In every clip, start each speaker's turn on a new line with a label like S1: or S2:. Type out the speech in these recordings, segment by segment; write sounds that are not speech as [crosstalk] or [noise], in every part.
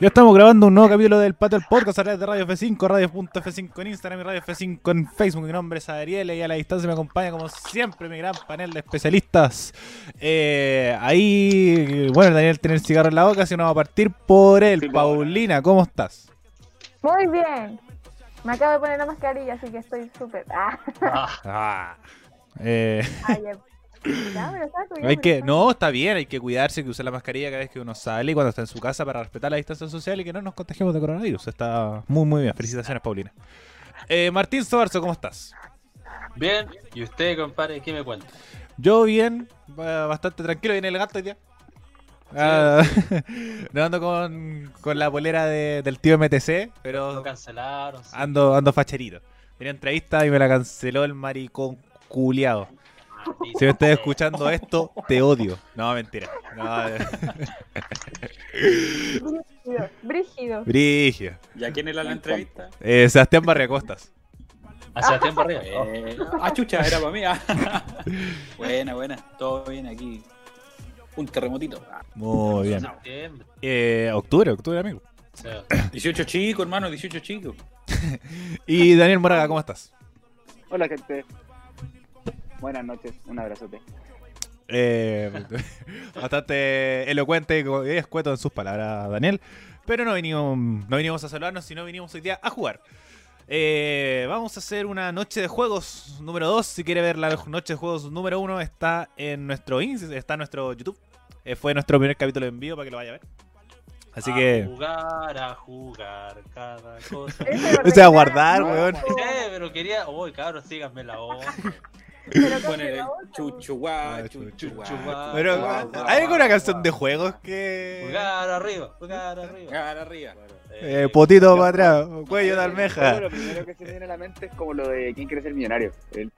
S1: Ya estamos grabando un nuevo capítulo del Patio del Podcast a través de Radio F5, Radio.f5 en Instagram y Radio F5 en Facebook. Mi nombre es Adriel y a la distancia me acompaña como siempre mi gran panel de especialistas. Eh, ahí, bueno, Daniel tiene el cigarro en la boca, así que nos vamos a partir por él.
S2: Sí, por ahora.
S1: Paulina, ¿cómo estás?
S3: Muy bien. Me acabo de poner la mascarilla, así que estoy súper. Ah, [laughs]
S1: Ah. Eh,
S3: ay, ya. Ya, me lo saco, ya
S1: hay
S3: me
S1: que,
S3: lo saco.
S1: no, está bien, hay que cuidarse, hay que usar la mascarilla cada vez que uno sale y cuando está en su casa para respetar la distancia social y que no nos contagiemos de coronavirus. Está muy, muy bien. Felicitaciones, Paulina. Eh, Martín Sobarzo, ¿cómo estás?
S2: Bien, y usted, compadre, ¿qué me cuenta?
S1: Yo bien, ba- bastante tranquilo, viene el gato hoy día. Ah, [laughs] no ando con, con la polera de- del tío MTC,
S2: Lo
S1: pero
S2: cancelaron. sí.
S1: ando, ando facherito. Tenía entrevista y me la canceló el maricón culiado.
S2: Maldito.
S1: Si me estás escuchando esto, te odio. No, mentira. No, [laughs] eh,
S3: Brígido, brígido.
S1: Brigio.
S4: ¿Y a quién era la entrevista?
S1: Eh, Sebastián Barriacostas.
S2: Hace
S1: [laughs]
S2: tiempo arriba.
S4: Eh, ah, chucha, era para mí. ah. [laughs] buena, buena. Todo bien aquí. Un terremotito.
S1: Muy bien.
S2: Septiembre,
S1: Eh, octubre, octubre, amigo.
S2: o sea,
S4: 18 chicos, hermano, 18 chicos.
S1: Y Daniel Moraga, ¿cómo estás?
S5: Hola gente. Buenas noches, un abrazote.
S1: Eh, bastante elocuente y escueto en sus palabras, Daniel. Pero no vinimos, no vinimos a saludarnos, sino vinimos hoy día a jugar. Eh, vamos a hacer una noche de juegos número 2. Si quiere ver la noche de juegos número 1, está en nuestro Insta, está en nuestro YouTube. Eh, fue nuestro primer capítulo en vivo para que lo vaya a ver. Así
S2: A
S1: que.
S2: jugar, a jugar, cada
S3: [laughs] Eso
S2: cosa. [laughs] Sí,
S3: lo
S1: [laughs] O sea,
S3: arreglaron,
S1: guardar,
S3: ¿no?
S1: weón.
S2: pero quería. Uy, cabros, síganme la voz.
S3: Pero cambia
S4: Poner
S3: la otra.
S4: chuchuá,
S1: Ah,
S4: chuchuá.
S2: chuchuá.
S1: Pero, ¿hay alguna canción de juegos que.
S2: Jugar arriba, jugar arriba.
S4: Cara arriba.
S1: Eh, potito para atrás, cuello de almeja.
S5: Lo primero que se me viene a la mente es como lo de quién quiere ser millonario. El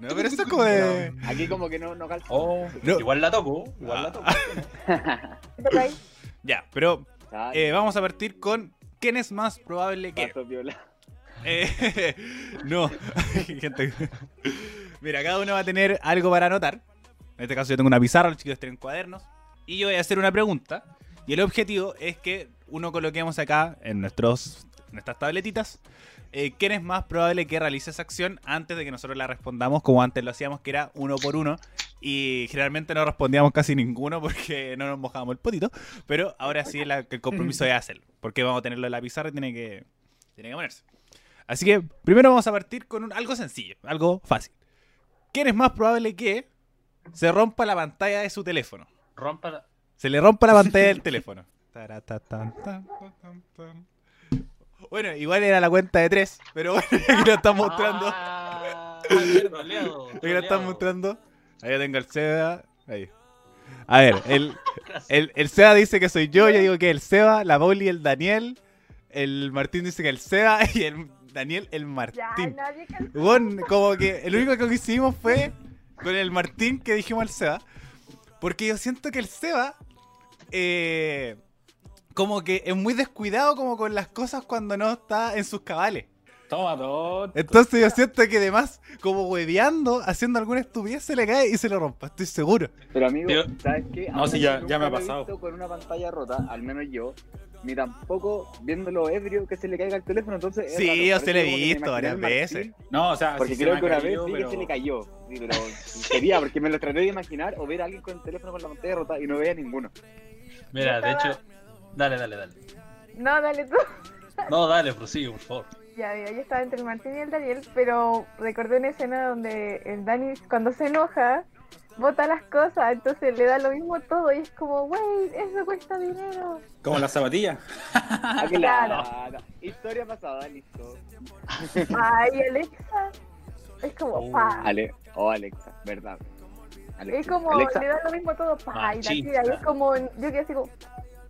S1: No, pero eso es como de.
S5: Aquí como que no, no calza.
S2: Oh,
S1: No. Ah.
S2: Igual la toco, igual la toco.
S3: Toca ahí.
S1: Ya, pero
S5: Ay,
S1: eh, vamos a partir con quién es más probable que.
S4: eh.
S5: paso viola.
S1: Eh, [laughs] no, gente. Mira, cada uno va a tener algo para anotar. En este caso yo tengo una pizarra, los chicos tienen cuadernos. Y yo voy a hacer una pregunta. Y el objetivo es que uno coloquemos acá en nuestros, nuestras tabletitas eh, quién es más probable que realice esa acción antes de que nosotros la respondamos como antes lo hacíamos, que era uno por uno. Y generalmente no respondíamos casi ninguno porque [laughs] no nos mojábamos el potito. Pero ahora sí la- el compromiso de hacerlo. Porque vamos a tenerlo en la pizarra y tiene que, tiene que ponerse. Así que primero vamos a partir con un- algo sencillo, algo fácil. ¿Quién es más probable que se rompa la pantalla de su teléfono?
S2: Rompa la.
S1: Se le rompa la pantalla [laughs] del teléfono. Taratatan, tan, tan, tan, tan. Bueno, igual era la cuenta de tres, pero bueno, [laughs] aquí la están [laughs] mostrando.
S2: Ah,
S1: [laughs]
S2: troleado,
S1: Aquí la están
S2: troleado.
S1: mostrando. Ahí yo tengo el Seba. Ahí. A ver, el, el, el Seba dice que soy yo, yo digo que el Seba, la Pauli y el Daniel. El Martín dice que el Seba [laughs] y el Daniel el
S3: Ya,
S1: Martín.
S3: nadie can-
S1: Weón, como que el único que hicimos fue con el Martín que dijimos al Seba. Porque yo siento que el Seba, eh, como que es muy descuidado como con las cosas cuando no está en sus cabales.
S4: Toma, tonto.
S1: Entonces yo siento que además, como hueveando, haciendo alguna estupidez, se le cae y se le rompa, estoy seguro.
S5: Pero amigo,
S4: Yo-
S5: ¿sabes qué?
S4: No, sí,
S5: Aún
S4: ya-
S5: así
S4: ya me
S5: nunca lo
S4: ha
S5: he
S4: pasado.
S5: visto con una pantalla rota, al menos yo, ni tampoco viéndolo ebrio que se le caiga el teléfono, entonces es
S1: Sí,
S5: raro.
S1: yo
S5: Por
S1: se
S5: eso
S1: le he
S5: como que me
S1: visto
S5: imaginé al
S1: varias veces.
S5: Martín,
S4: No, o sea,
S5: Porque
S4: Ah, sí se
S5: creo
S4: me
S5: que una vez
S4: cayó,
S5: sí que se le
S4: pero-
S5: cayó. Sí, pero quería, porque me lo traté de imaginar o ver a alguien con el teléfono con la pantalla rota y no veía ninguno.
S2: Mira, de hecho. Dale, dale, dale.
S3: No, dale tú.
S2: No, dale, prosigue, por favor.
S3: Ya, mira, yo estaba entre el Martín y el Daniel, pero recordé una escena donde el Dani, cuando se enoja, bota las cosas, entonces le da lo mismo todo y es como, wey, eso cuesta
S1: [laughs]
S3: dinero.
S4: Como las zapatillas.
S5: Ah,
S3: Claro.
S5: claro. Historia pasada, listo.
S3: Ay, Alexa. Es como, pa.
S5: Ale, oh Alexa, verdad. Alexa.
S3: Es como,
S5: Alexa,
S3: le da lo mismo todo, pa. Y la
S2: Machista.
S3: tira, y es como, yo quedé así como,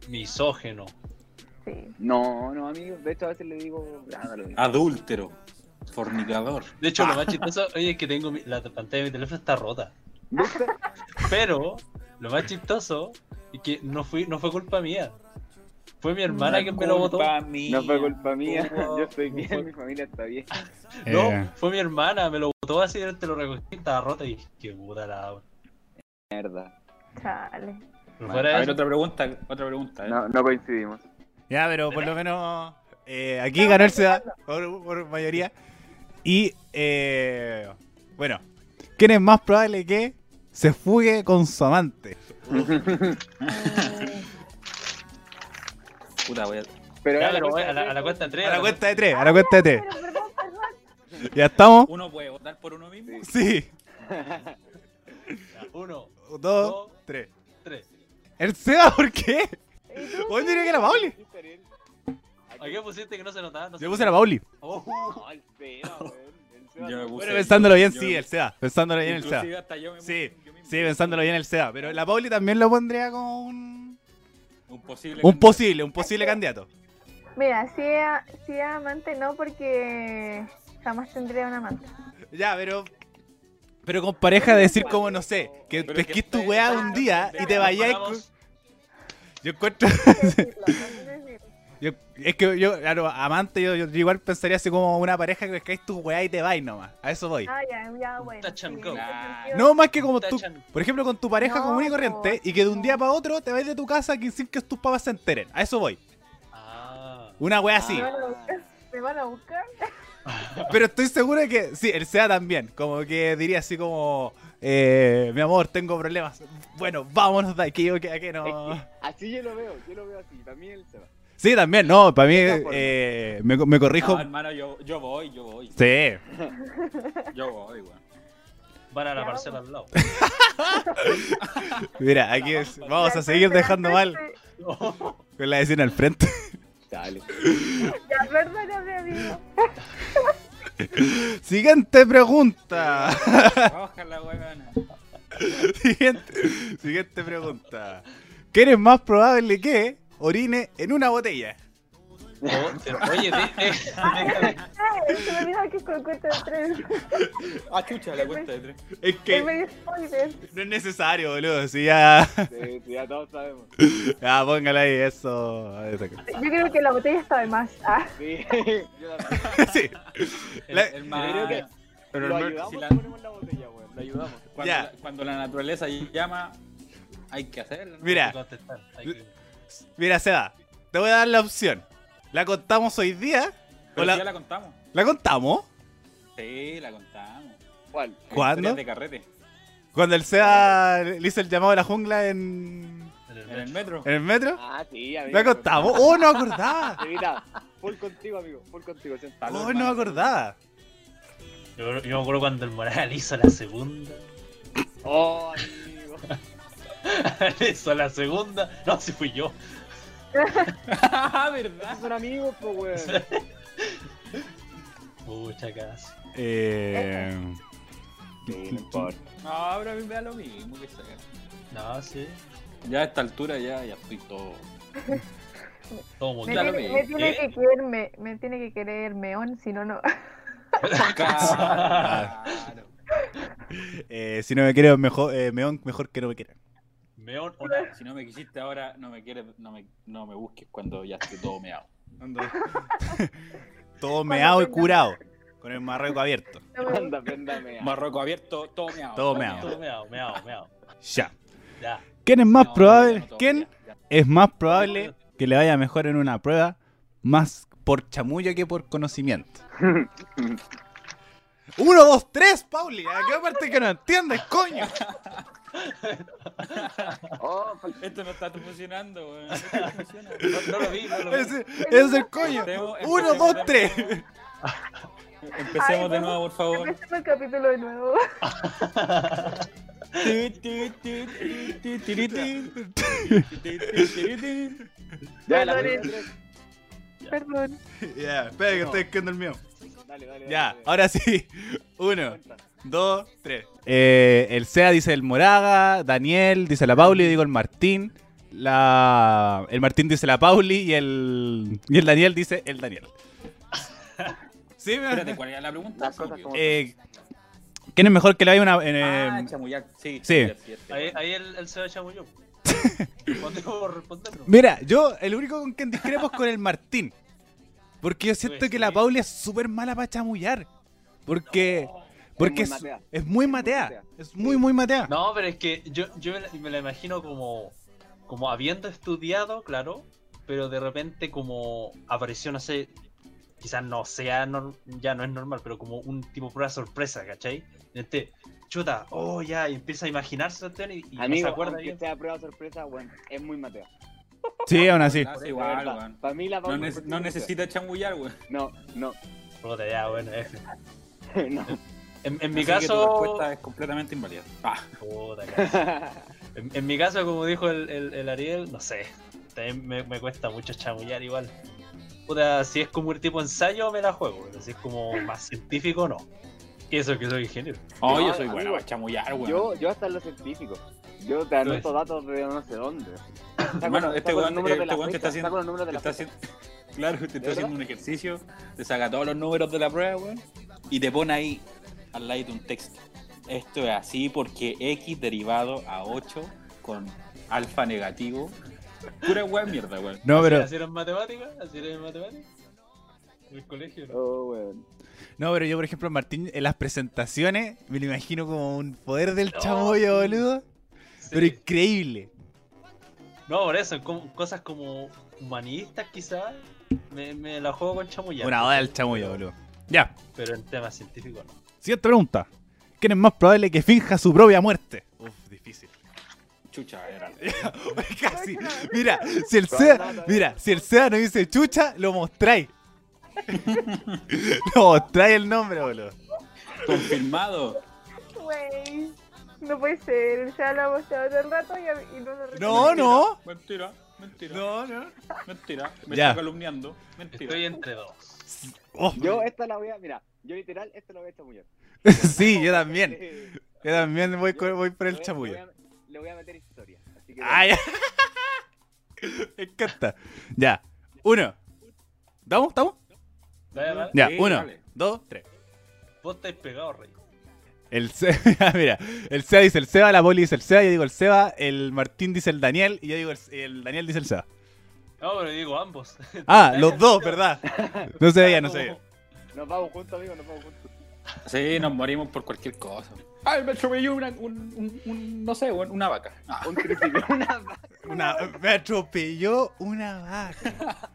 S2: Misógeno.
S3: sí.
S5: No, no, amigos. De hecho, a veces le digo. Ah, no lo digo.
S4: Adúltero. Fornicador.
S2: De hecho, lo más chistoso oye, es que tengo mi- la pantalla de mi teléfono está rota.
S5: ¿Viste?
S2: Pero lo más chistoso es que no, fui, no fue culpa mía. Fue mi hermana quien me lo botó.
S4: Culpa mía.
S5: No fue culpa mía. [laughs]
S2: No,
S5: Yo estoy
S2: no
S5: bien,
S2: fue-
S5: mi familia está bien.
S1: Eh.
S2: No, fue mi hermana, me lo botó así, te lo recogí, estaba rota y dije, qué puta la.
S5: Mierda.
S3: Chale.
S2: Pero fuera
S4: Bueno, a
S2: de
S4: ver,
S2: eso,
S4: otra pregunta. Otra pregunta. ¿eh?
S5: No, no coincidimos.
S1: Ya, pero por lo menos eh, aquí ganó el Ciudad por, por mayoría. Y eh, bueno, ¿quién es más probable que se fugue con su amante?
S4: Puta, voy a-
S5: Pero
S2: ya,
S5: a la
S2: pero
S5: cuenta
S2: a la,
S5: de
S2: a la cuenta 3.
S1: A la cuenta de tres, a la cuenta de tres.
S3: Pero perdón, perdón.
S1: ¿Ya estamos?
S4: Uno puede votar por uno mismo.
S1: Sí.
S2: 1,
S1: Dos,
S2: 2,
S1: tres.
S2: 3.
S1: ¿El Seba por qué?
S3: ¿Y tú?
S1: Hoy diría que era Pauli.
S2: ¿A qué pusiste que no se notaba? No sé.
S1: Yo puse la Pauli.
S2: Oh,
S5: No, el Seba, weón. El Seba
S4: Yo me
S5: no-
S4: puse-
S1: Bueno, pensándolo bien,
S4: yo-
S1: sí, el Seba. Pensándolo bien, el Seba.
S4: Inclusive hasta yo me
S1: Sí,
S4: puse- yo mismo.
S1: sí, pensándolo bien, el Seba. Pero la Pauli también lo pondría como un,
S4: Un posible.
S1: un
S4: candidato.
S1: posible, un posible candidato.
S3: Mira, si a, si a amante no, porque jamás tendría un amante.
S1: Ya, pero. Pero con pareja decir como, no sé, que
S4: Pero es que
S1: pesquís tu
S4: ustedes-
S1: weá un día y te vayáis. con-
S2: Vamos.
S1: Yo encuentro. [laughs]
S3: Decirlo, no decirlo.
S1: yo- es que yo, claro, amante, yo, yo igual pensaría así como una pareja que pescáis tu weá y te vais nomás. A eso voy.
S3: Ah, ya, ya, bueno.
S2: touch and
S3: sí,
S2: go.
S3: en ese
S4: Nah.
S3: sentido,
S1: No más que como tú.
S2: Tachan.
S1: Por ejemplo, con tu pareja
S3: No,
S1: común y
S3: po.
S1: corriente y que de un día para otro te vais de tu casa que- sin que tus papás se enteren. A eso voy.
S2: Ah.
S1: Una weá así.
S3: ¿Me van a buscar? ¿Me van a buscar?
S1: Pero estoy seguro de que sí, el SEA también. Como que diría así como, eh, mi amor, tengo problemas. Bueno, vámonos de aquí, o que a que
S3: [laughs]
S1: no.
S5: Ah, Es
S6: [laughs]
S5: que así yo lo veo, yo lo veo así. Para mí el Seba.
S1: Sí, también, no, para mí
S5: De todas formas.
S1: eh, me, me corrijo.
S4: Ah, No, hermano, yo, yo voy, yo voy.
S1: Sí.
S4: Yo
S1: [laughs]
S4: voy, weón.
S2: Van a la
S3: Ya,
S2: parcela al lado. [laughs]
S1: Mira, aquí es- vamos a seguir dejando mal
S2: Oh,
S1: con la vecina al frente. [laughs]
S5: Dale.
S3: Ya, perdóname, amigo.
S1: Siguiente pregunta.
S4: Ojalá, weón.
S1: Siguiente, siguiente pregunta. ¿Qué eres más probable que orine en una botella?
S2: Oh, pero, oye, de- [laughs] de-
S3: Ay, se me olvidó que con cuenta de
S1: [laughs]
S3: tres.
S4: Ah, chucha, la cuenta de tres.
S1: Es
S3: Es
S1: que
S3: medio spoiler.
S1: no es necesario, boludo. Si ya.
S5: Sí, sí, ya todos sabemos.
S1: Ah, póngala ahí, eso. Eso.
S3: Yo creo que la botella está de más. Ah,
S5: Sí. [laughs] Yo también.
S1: Sí.
S4: El-
S1: La-
S4: hermano,
S5: Yo creo que-
S4: pero
S5: lo
S4: hermano,
S5: ayudamos
S4: si
S5: y
S4: la-
S5: ponemos la botella, weón. Lo ayudamos.
S4: cuando,
S1: Ya.
S4: la, cuando la naturaleza llama, hay que hacerlo. ¿no?
S2: hay que
S1: Mira,
S2: contestar, hay que-
S1: mira, Seba. Te voy a dar la opción. ¿La contamos hoy día?
S4: Pero
S1: ¿O
S4: si
S1: la,
S4: ya la contamos.
S1: la contamos?
S4: Sí, la contamos.
S5: ¿Cuál?
S1: ¿Cuándo?
S4: Historias de carrete.
S1: Cuando el Seba le hizo el llamado a la jungla en,
S2: en el
S4: En el
S2: metro.
S4: metro.
S1: en el metro.
S5: Ah, sí, amigo.
S1: ¿La contamos? ¡Oh, no
S6: [laughs]
S1: acordaba!
S5: Evita, full contigo, amigo. Full contigo. sí.
S4: Ah.
S1: ¡Oh, no acordaba!
S2: Yo, yo me acuerdo cuando el Moral hizo la segunda. [laughs]
S5: Oh,
S4: [laughs]
S5: amigo.
S2: hizo la segunda. No, si fui yo.
S4: [laughs] Ah, ¿verdad?
S5: Son amigos, pues, weón.
S2: Pucha casi.
S1: Eh,
S5: Sí, no importa.
S4: No, pero a mí me da lo mismo que sea.
S2: No, sí.
S4: Ya a esta altura ya, ya estoy
S1: [laughs]
S4: todo.
S2: Todo
S3: me
S2: mundial.
S4: Dale,
S3: tiene,
S4: amigo.
S3: me tiene que quererme, me tiene que querer Meón, si no, [laughs] no.
S4: Claro.
S1: eh, si no me quiero, mejor, eh, meón, mejor que no me quieran.
S2: Meón, una-
S4: Si no me quisiste ahora, no me quieres, no me, no me busques cuando ya esté todo meado.
S1: Ando- Todo meado y curado. Con el marreco abierto.
S3: No me gusta.
S5: Anda, préndame. a-
S4: Marroco abierto, todo meado.
S1: Todo meado.
S2: Todo meao, meao, meao.
S1: Ya.
S2: Ya.
S1: ¿Quién es más
S4: No,
S1: probable?
S4: ya no todo,
S1: ¿Quién
S4: ya, ya.
S1: es más probable que le vaya mejor en una prueba más por chamullo que por
S4: [laughs]
S1: conocimiento? Uno, dos, tres, Pauli. ¿A qué parte que no entiendes,
S4: [laughs]
S1: coño?
S5: Oh, fal-
S4: Esto no está funcionando, weón.
S2: No, no lo vi, no lo vi.
S1: [laughs] Ese ese es el coño. Uno, dos, tres.
S4: Empecemos de nuevo, por favor.
S3: Empecemos el capítulo de nuevo.
S5: Ya, la
S3: Perdón.
S5: voy a hacer.
S3: Perdón.
S1: [laughs] Ya, espera que estoy escribiendo el mío.
S5: Dale, dale, dale.
S1: Ya,
S5: dale.
S4: ah,
S1: ahora sí. [laughs] Uno,
S5: Cuenta.
S1: dos, tres. Eh, el SEA dice el Moraga, Daniel dice la Pauli, yo digo el Martín. La... El Martín dice la Pauli y el... y el Daniel dice el Daniel. Sí, me-
S4: Espérate, ¿cuál era la pregunta?
S5: Las cosas como-
S1: Eh, ¿Quién es mejor que le vaya una... en,
S4: Ah,
S1: em,
S4: chamuyac, sí.
S1: sí.
S4: ya, ya, ya.
S2: Ahí, ahí él, él se va a echar yo. Responde por responderlo.
S1: Mira, yo el único con quien discrepo es con el Martín. Porque yo siento
S2: Pues
S1: que la
S2: sí.
S1: Pauli es súper mala para chamullar. Porque... Porque
S5: Es
S1: es,
S5: muy matea.
S1: es
S5: muy
S1: muy matea.
S5: matea.
S1: Es muy, muy matea.
S2: No, pero es que yo, yo me, la, me la imagino como como habiendo estudiado, claro, pero de repente como apareció, no sé, quizás no sea, nor- ya no es normal, pero como un tipo prueba sorpresa, ¿cachai? Y este, chuta, oh ya, y empieza a imaginarse la cuestión y, y no
S6: Amigo,
S2: se acuerda
S6: aunque
S2: bien.
S6: sea prueba sorpresa, bueno, es muy Mateo.
S1: Sí, aún así.
S4: Ah, sí, igual, weón.
S6: Para mí la
S4: No,
S6: vamos a
S4: nece- no
S6: repetir.
S4: necesita chambullar, weón.
S6: No, no, [laughs]
S2: Puta, ya, bueno, F.
S6: no.
S2: En, en mi
S4: Así que tu
S2: caso.
S4: respuesta es completamente inválida. Ah,
S2: Puta, cara. En, en mi caso, como dijo el, el- el Ariel, no sé. También me, me cuesta mucho chamullar igual. Puta, si es como un tipo ensayo, me la juego. Pero si es como más científico, no. Y eso que soy ingeniero.
S4: oh,
S6: No,
S4: yo soy bueno
S6: amigo,
S4: para chamullar, weón.
S6: yo, yo hasta en lo científico. Yo te anoto datos de no sé dónde. Saco-
S4: Hermano,
S6: saco
S4: este
S6: los
S4: weón
S6: números de
S4: este
S6: la
S4: weón te está
S6: fecha,
S4: haciendo.
S6: saco los números de
S4: te
S6: la
S4: está
S6: fecha.
S4: haciendo- Claro, te está
S6: verdad?
S4: haciendo un ejercicio, te saca todos los números de la prueba, weón, y te pone ahí al lado de un texto. Esto es así porque x derivado a 8 con alfa negativo. Pura weón mierda, weón.
S1: No, pero,
S2: ¿Así eran matemáticas? ¿Así eran matemáticas? En el colegio, ¿no?
S6: Oh, weón.
S1: no, pero yo, por ejemplo, Martín, en las presentaciones, me lo imagino como un poder del
S2: No,
S1: chamoyo,
S2: sí.
S1: boludo.
S2: Sí.
S1: Pero increíble.
S2: No, por eso, como- cosas como humanistas quizás, me, me la juego con chamullar.
S1: Una oda del chamoyo, boludo. Ya,
S2: Pero en temas científicos, no.
S1: siguiente pregunta. ¿Quién es más probable que finja su propia muerte? Uf, difícil.
S4: Chucha, era.
S1: [laughs] Casi. Mira, si el SEA, mira, si el SEA no dice chucha, lo mostráis. lo mostráis el nombre, boludo.
S4: Confirmado.
S3: Wey. No puede ser, el Seba lo ha mostrado todo el rato y, a- y no lo
S1: No,
S3: reconoce.
S1: no.
S4: Mentira, mentira,
S1: No, no.
S4: mentira. Me
S1: Ya.
S4: está calumniando. Mentira.
S2: Estoy entre dos.
S1: Oh,
S6: Yo esta la voy a. Mira, yo literal esta la voy a chamullar.
S1: [laughs] sí, yo
S6: [laughs]
S1: también.
S6: Eh,
S1: Yo también voy, co- voy por
S6: le
S1: el
S6: voy a-
S1: chamullo.
S6: le voy a- Le voy a meter historia.
S1: [laughs]
S6: Así que.
S1: Ay. Ah, Me encanta. Ya. Uno. ¿Estamos? ¿Estamos?
S2: Dale, dale.
S1: Ya.
S4: Sí,
S1: Uno,
S4: dale.
S1: dos, tres.
S2: Vos estáis pegado, rey.
S1: El [laughs] Seba, mira, el Seba dice el Seba, la Poli dice el Seba, yo digo el Seba, el Martín dice el Daniel y yo digo el, el Daniel dice el
S4: [laughs]
S1: Seba.
S2: No, pero digo ambos. [laughs]
S1: Ah, los dos, ¿verdad? No se veía, no se
S4: [laughs]
S1: veía.
S6: Nos vamos juntos, amigo, nos vamos juntos.
S4: Sí, nos morimos por cualquier cosa. Ay, me atropelló una, un, un, un- no sé, weón, una vaca. Ah.
S6: Un triciclo, una
S1: Una, me atropelló una vaca.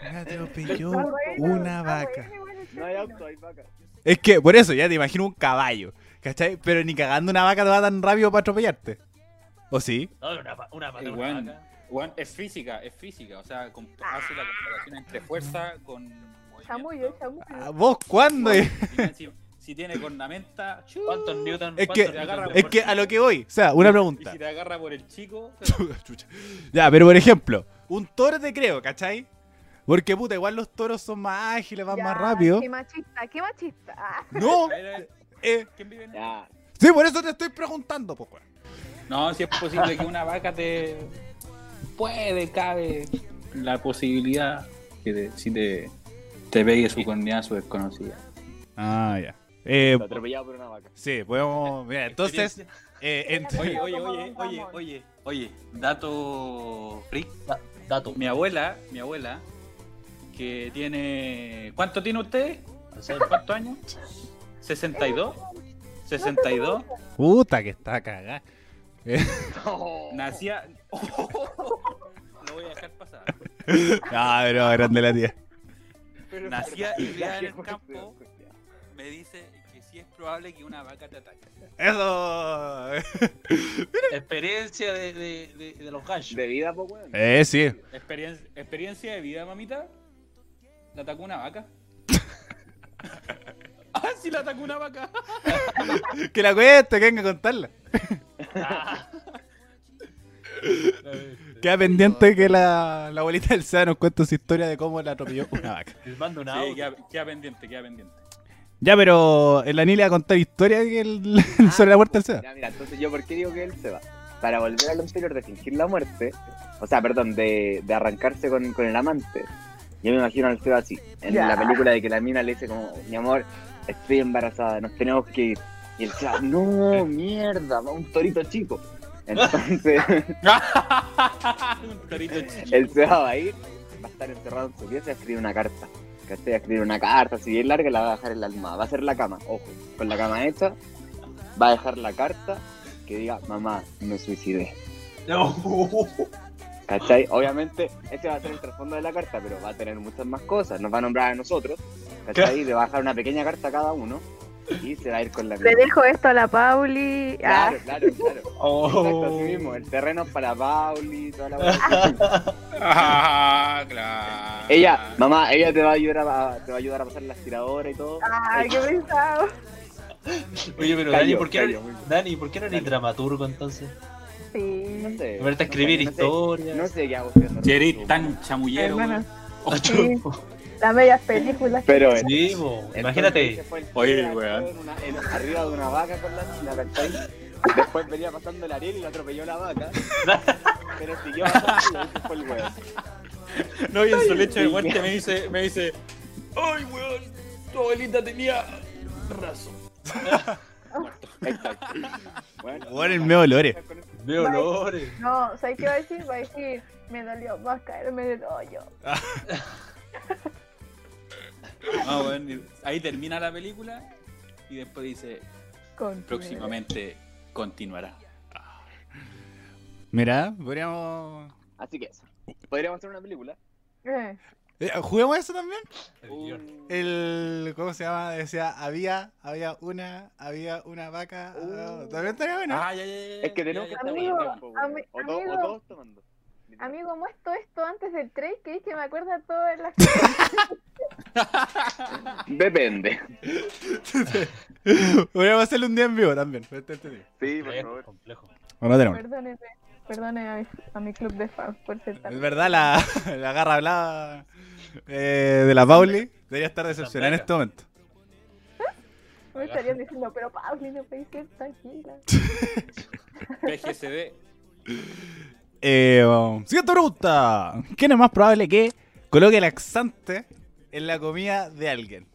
S1: Me atropelló
S3: Está bueno,
S1: una
S3: está
S1: vaca.
S3: bueno, igual este
S6: [laughs] No hay
S3: fino.
S6: auto, hay vaca.
S1: Es que, por eso, ya te imagino un caballo, ¿cachai? Pero ni cagando una vaca te va tan rápido para atropellarte. ¿O sí?
S2: No, una, pa- una pata,
S4: Eh,
S2: una
S4: weón,
S2: vaca.
S4: weón, es física, es física. O sea, comp- hace la comparación entre fuerza con. movimiento.
S3: Chamullo, chamullo.
S1: Ah, ¿Vos cuándo?
S4: Bueno, si, si tiene cornamenta, chu,
S2: ¿Cuántos Newton?
S1: Es
S2: cuántos
S1: que-
S2: newton
S4: agarra-
S2: de
S1: Es que a lo que voy, o sea, una [laughs]
S4: y
S1: pregunta.
S4: si te agarra por el chico,
S1: Chucha. Ya, pero por ejemplo, un toro te creo, ¿cachai? Porque puta, igual los toros son más ágiles, van
S3: Ya,
S1: más rápido.
S3: Qué machista, qué machista. Ah,
S1: No,
S4: a ver, a ver,
S1: eh,
S4: ¿quién vive en-
S6: Ya.
S1: sí, por eso te estoy preguntando, pues.
S4: No, si es posible que una vaca te. Puede, cabe. La posibilidad que te- si te, te pegue su corneazo desconocida.
S1: Ah, ya. Eh,
S6: Atropellado por una vaca.
S1: sí, podemos. Mira, entonces,
S2: experiencia?
S1: eh, ent-
S4: Oye, oye, oye, oye, oye, oye, dato freak.
S2: Dato.
S4: Mi abuela, mi abuela, que tiene. ¿Cuánto tiene usted?
S2: O sea,
S4: ¿Cuántos años? ¿62? ¿62?
S1: puta que está cagada.
S4: Nacía. [laughs] Lo voy a dejar pasar.
S1: Ah, pero grande la tía.
S6: [laughs] Pero- [laughs]
S4: Nacía y criada en el
S6: Qué fuerte,
S4: campo. Me dice que sí es probable que una vaca te ataque.
S1: Eso.
S2: experiencia de, de, de, de los gallos.
S6: De vida, pues, weón.
S1: Eh, sí.
S4: Experiencia, experiencia de vida, mamita. La atacó una [laughs] vaca. ah, sí, la atacó una vaca.
S1: Que la cueste, que venga a contarla.
S2: Ah.
S1: Queda pendiente que la, la abuelita del SEA nos cuente su historia de cómo la atropelló una vaca.
S2: Les mando una
S4: Sí,
S2: audio.
S4: queda, queda pendiente, queda pendiente.
S1: Ya, pero eh, el Daniel iba a contar historia que el, [laughs] el sobre la muerte del SEA.
S6: Ya, mira, entonces yo, ¿por qué digo que él se va? Para volver a lo anterior de fingir la muerte, o sea, perdón, de, de arrancarse con, con el amante. Yo me imagino al Seba así, en
S3: Ya.
S6: la película de que la mina le dice como, mi amor, estoy embarazada, nos tenemos que ir. Y el Seba, no, mierda, va un torito chico. Entonces,
S4: Un
S5: [laughs]
S4: torito chiquito.
S6: el Seba va a ir, va a estar encerrado en su pieza y va a escribir una carta. ¿Cachai? Va a escribir una carta, si bien larga la va a dejar en la almohada, va a hacer la cama, ojo, con la cama hecha, va a dejar la carta que diga, mamá, me suicidé.
S2: No.
S5: ¿Cachai? Obviamente, ese va a ser el trasfondo de la carta, pero va a tener muchas más cosas. Nos va a nombrar a nosotros, ¿cachai? Le va a dejar una pequeña carta a cada uno y se va a ir con la
S3: Le
S5: misma.
S3: dejo esto a la Pauli. Ah,
S5: Claro, claro, claro. Exacto, así mismo. El terreno es para Pauli, toda la hueá.
S4: Ah, claro.
S5: Ella, mamá, ella te va a ayudar a, te va a, ayudar a pasar las tiradoras y todo.
S3: ay, Ah, qué pensado.
S2: Oye, pero
S5: Cayó,
S2: Dani, ¿por qué
S5: cayó, muy
S2: no,
S5: bien.
S2: Dani, ¿por qué no eres dramaturgo entonces?
S5: No
S3: Sí.
S5: sé.
S2: Me parece escribir
S5: Eh, no sé,
S2: historias. Ah,
S5: No sé qué hago. siendo
S4: Jerry
S5: dramaturgo.
S4: tan chamullero.
S3: Hermana.
S4: weón.
S2: [laughs]
S3: Sí. Las medias películas.
S5: Pero eh,
S2: Sí, po.
S5: entonces, ese
S2: imagínate.
S5: fue el
S4: Oye,
S5: día,
S4: weón.
S5: en una- en- Arriba de una vaca con la mina, ¿cachai? Después venía pasando el Ariel y lo atropelló la vaca. pero siguió avanzando y ese fue el weón.
S4: No, y en su lecho de muerte me dice, me dice, ¡ay, weón! Tu abuelita tenía razón.
S5: Exacto. Bueno,
S1: Weón, el meo olores.
S2: De olores.
S3: No, ¿sabes qué va a decir? Va a decir, me dolió más caerme del hoyo.
S4: Ah, weón, y ahí termina la película y después dice,
S3: Con
S4: próximamente continuará.
S1: Mira, podríamos.
S5: Así que eso. Podríamos hacer una película.
S3: Eh,
S1: Eh, ¿Juguemos eso también?
S2: El
S4: Uh,
S2: guión.
S1: El. ¿Cómo se llama? Decía, había, había una, había una vaca.
S5: Uh.
S1: También estaría bueno.
S4: Ah, ya, ya, ya, ya.
S5: Es que tenemos que
S4: Ya,
S5: estar
S4: ya,
S3: Eh, Amigo,
S5: bien, po, weón.
S3: ami-
S5: o, dos-
S3: amigo.
S5: o todos tomando.
S3: Amigo, muestro esto antes del trade que es que me acuerda todas las
S5: Depende.
S1: [laughs] podríamos hacerlo un día en vivo también. este- este día.
S5: Sí,
S4: Eh.
S5: por
S2: Complejo,
S5: favor.
S2: complejo.
S1: Bueno, tenemos.
S3: Perdónenme, perdónenme a mi, a mi club de fans por ser
S1: Es
S3: tan...
S1: verdad, la, [laughs] la garra hablada eh, de la Pauli debería estar decepcionada en este momento.
S3: Me estarían diciendo, pero Pauli, no puedes ser tranquila.
S4: PGCD.
S1: Eh, um, siguiente pregunta. ¿Quién es más probable que coloque laxante en la comida de alguien?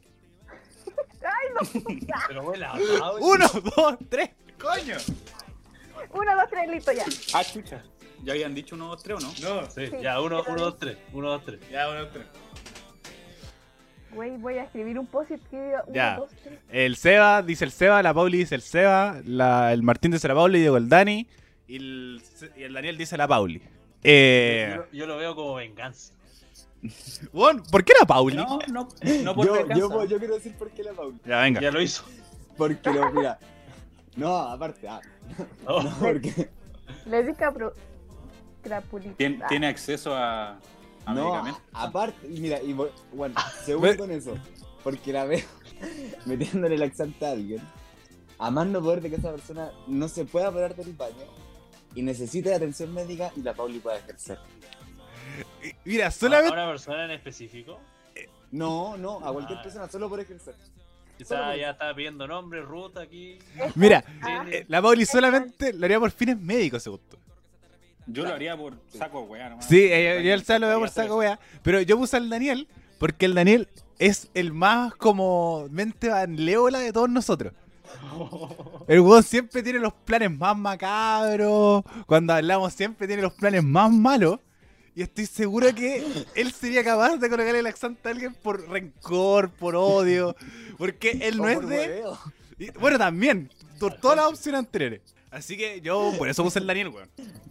S2: Pero ah, vuela,
S1: [laughs] Uno, dos, tres. Coño.
S3: Uno, dos, tres, listo ya.
S4: Ah, chucha. ¿Ya habían dicho uno, dos, tres o no?
S1: No.
S2: Sí, ya, uno, uno, dos, tres. Uno, dos, tres.
S1: Ya, uno, tres.
S3: Güey, voy a escribir un post que diga uno,
S1: Ya.
S3: dos, tres.
S1: El Seba dice el Seba, la Pauli dice el Seba, la- el Martín dice la Pauli, Diego el Dani y el, y el Daniel dice la Pauli. Eh,
S2: Yo, yo lo veo como venganza.
S1: weón, ¿Por qué la Pauli?
S4: No, no, no por
S6: yo,
S4: venganza.
S6: yo, voy- yo quiero decir por qué la Pauli.
S1: Ya, venga.
S2: Ya lo hizo.
S6: Porque lo, mira. No, aparte, ah,
S2: No.
S6: porque.
S3: Le di capro... Crapulita.
S4: Tien- tiene acceso a, a
S6: Ah. No,
S4: medicamentos.
S6: aparte, mira, y voy-
S4: [laughs]
S6: bueno, segundo con eso. Porque la veo [laughs] metiéndole laxante a alguien. A más no poder de que esa persona no se pueda parar del baño y necesite atención médica y la Pauli pueda ejercer.
S1: Eh, Mira,
S2: A [laughs]
S1: solamente.
S2: una persona en específico.
S6: No, no, a cualquier
S2: Ah.
S6: persona solo por ejercer.
S2: Quizá ya está pidiendo nombre, ruta aquí.
S1: Mira,
S3: Ah.
S1: eh, la Pauli solamente lo haría por fines médicos, según tú.
S4: Yo lo haría por saco, weá, nomás.
S1: Sí, eh, yo el Seba lo veo por
S4: Hacer
S1: saco, wea. Pero yo puse al Daniel porque el Daniel es el más como mente banleola de todos
S6: [laughs]
S1: nosotros. El weón siempre tiene los planes más macabros. Cuando hablamos, siempre tiene los planes más malos. Y estoy seguro que él sería capaz de colocarle laxante a alguien por rencor, por odio. Porque él no
S6: O
S1: es
S6: por
S1: de.
S6: hueveo.
S1: Y, bueno, también, por todas las opciones anteriores. Así que yo por eso puse el Daniel, weón.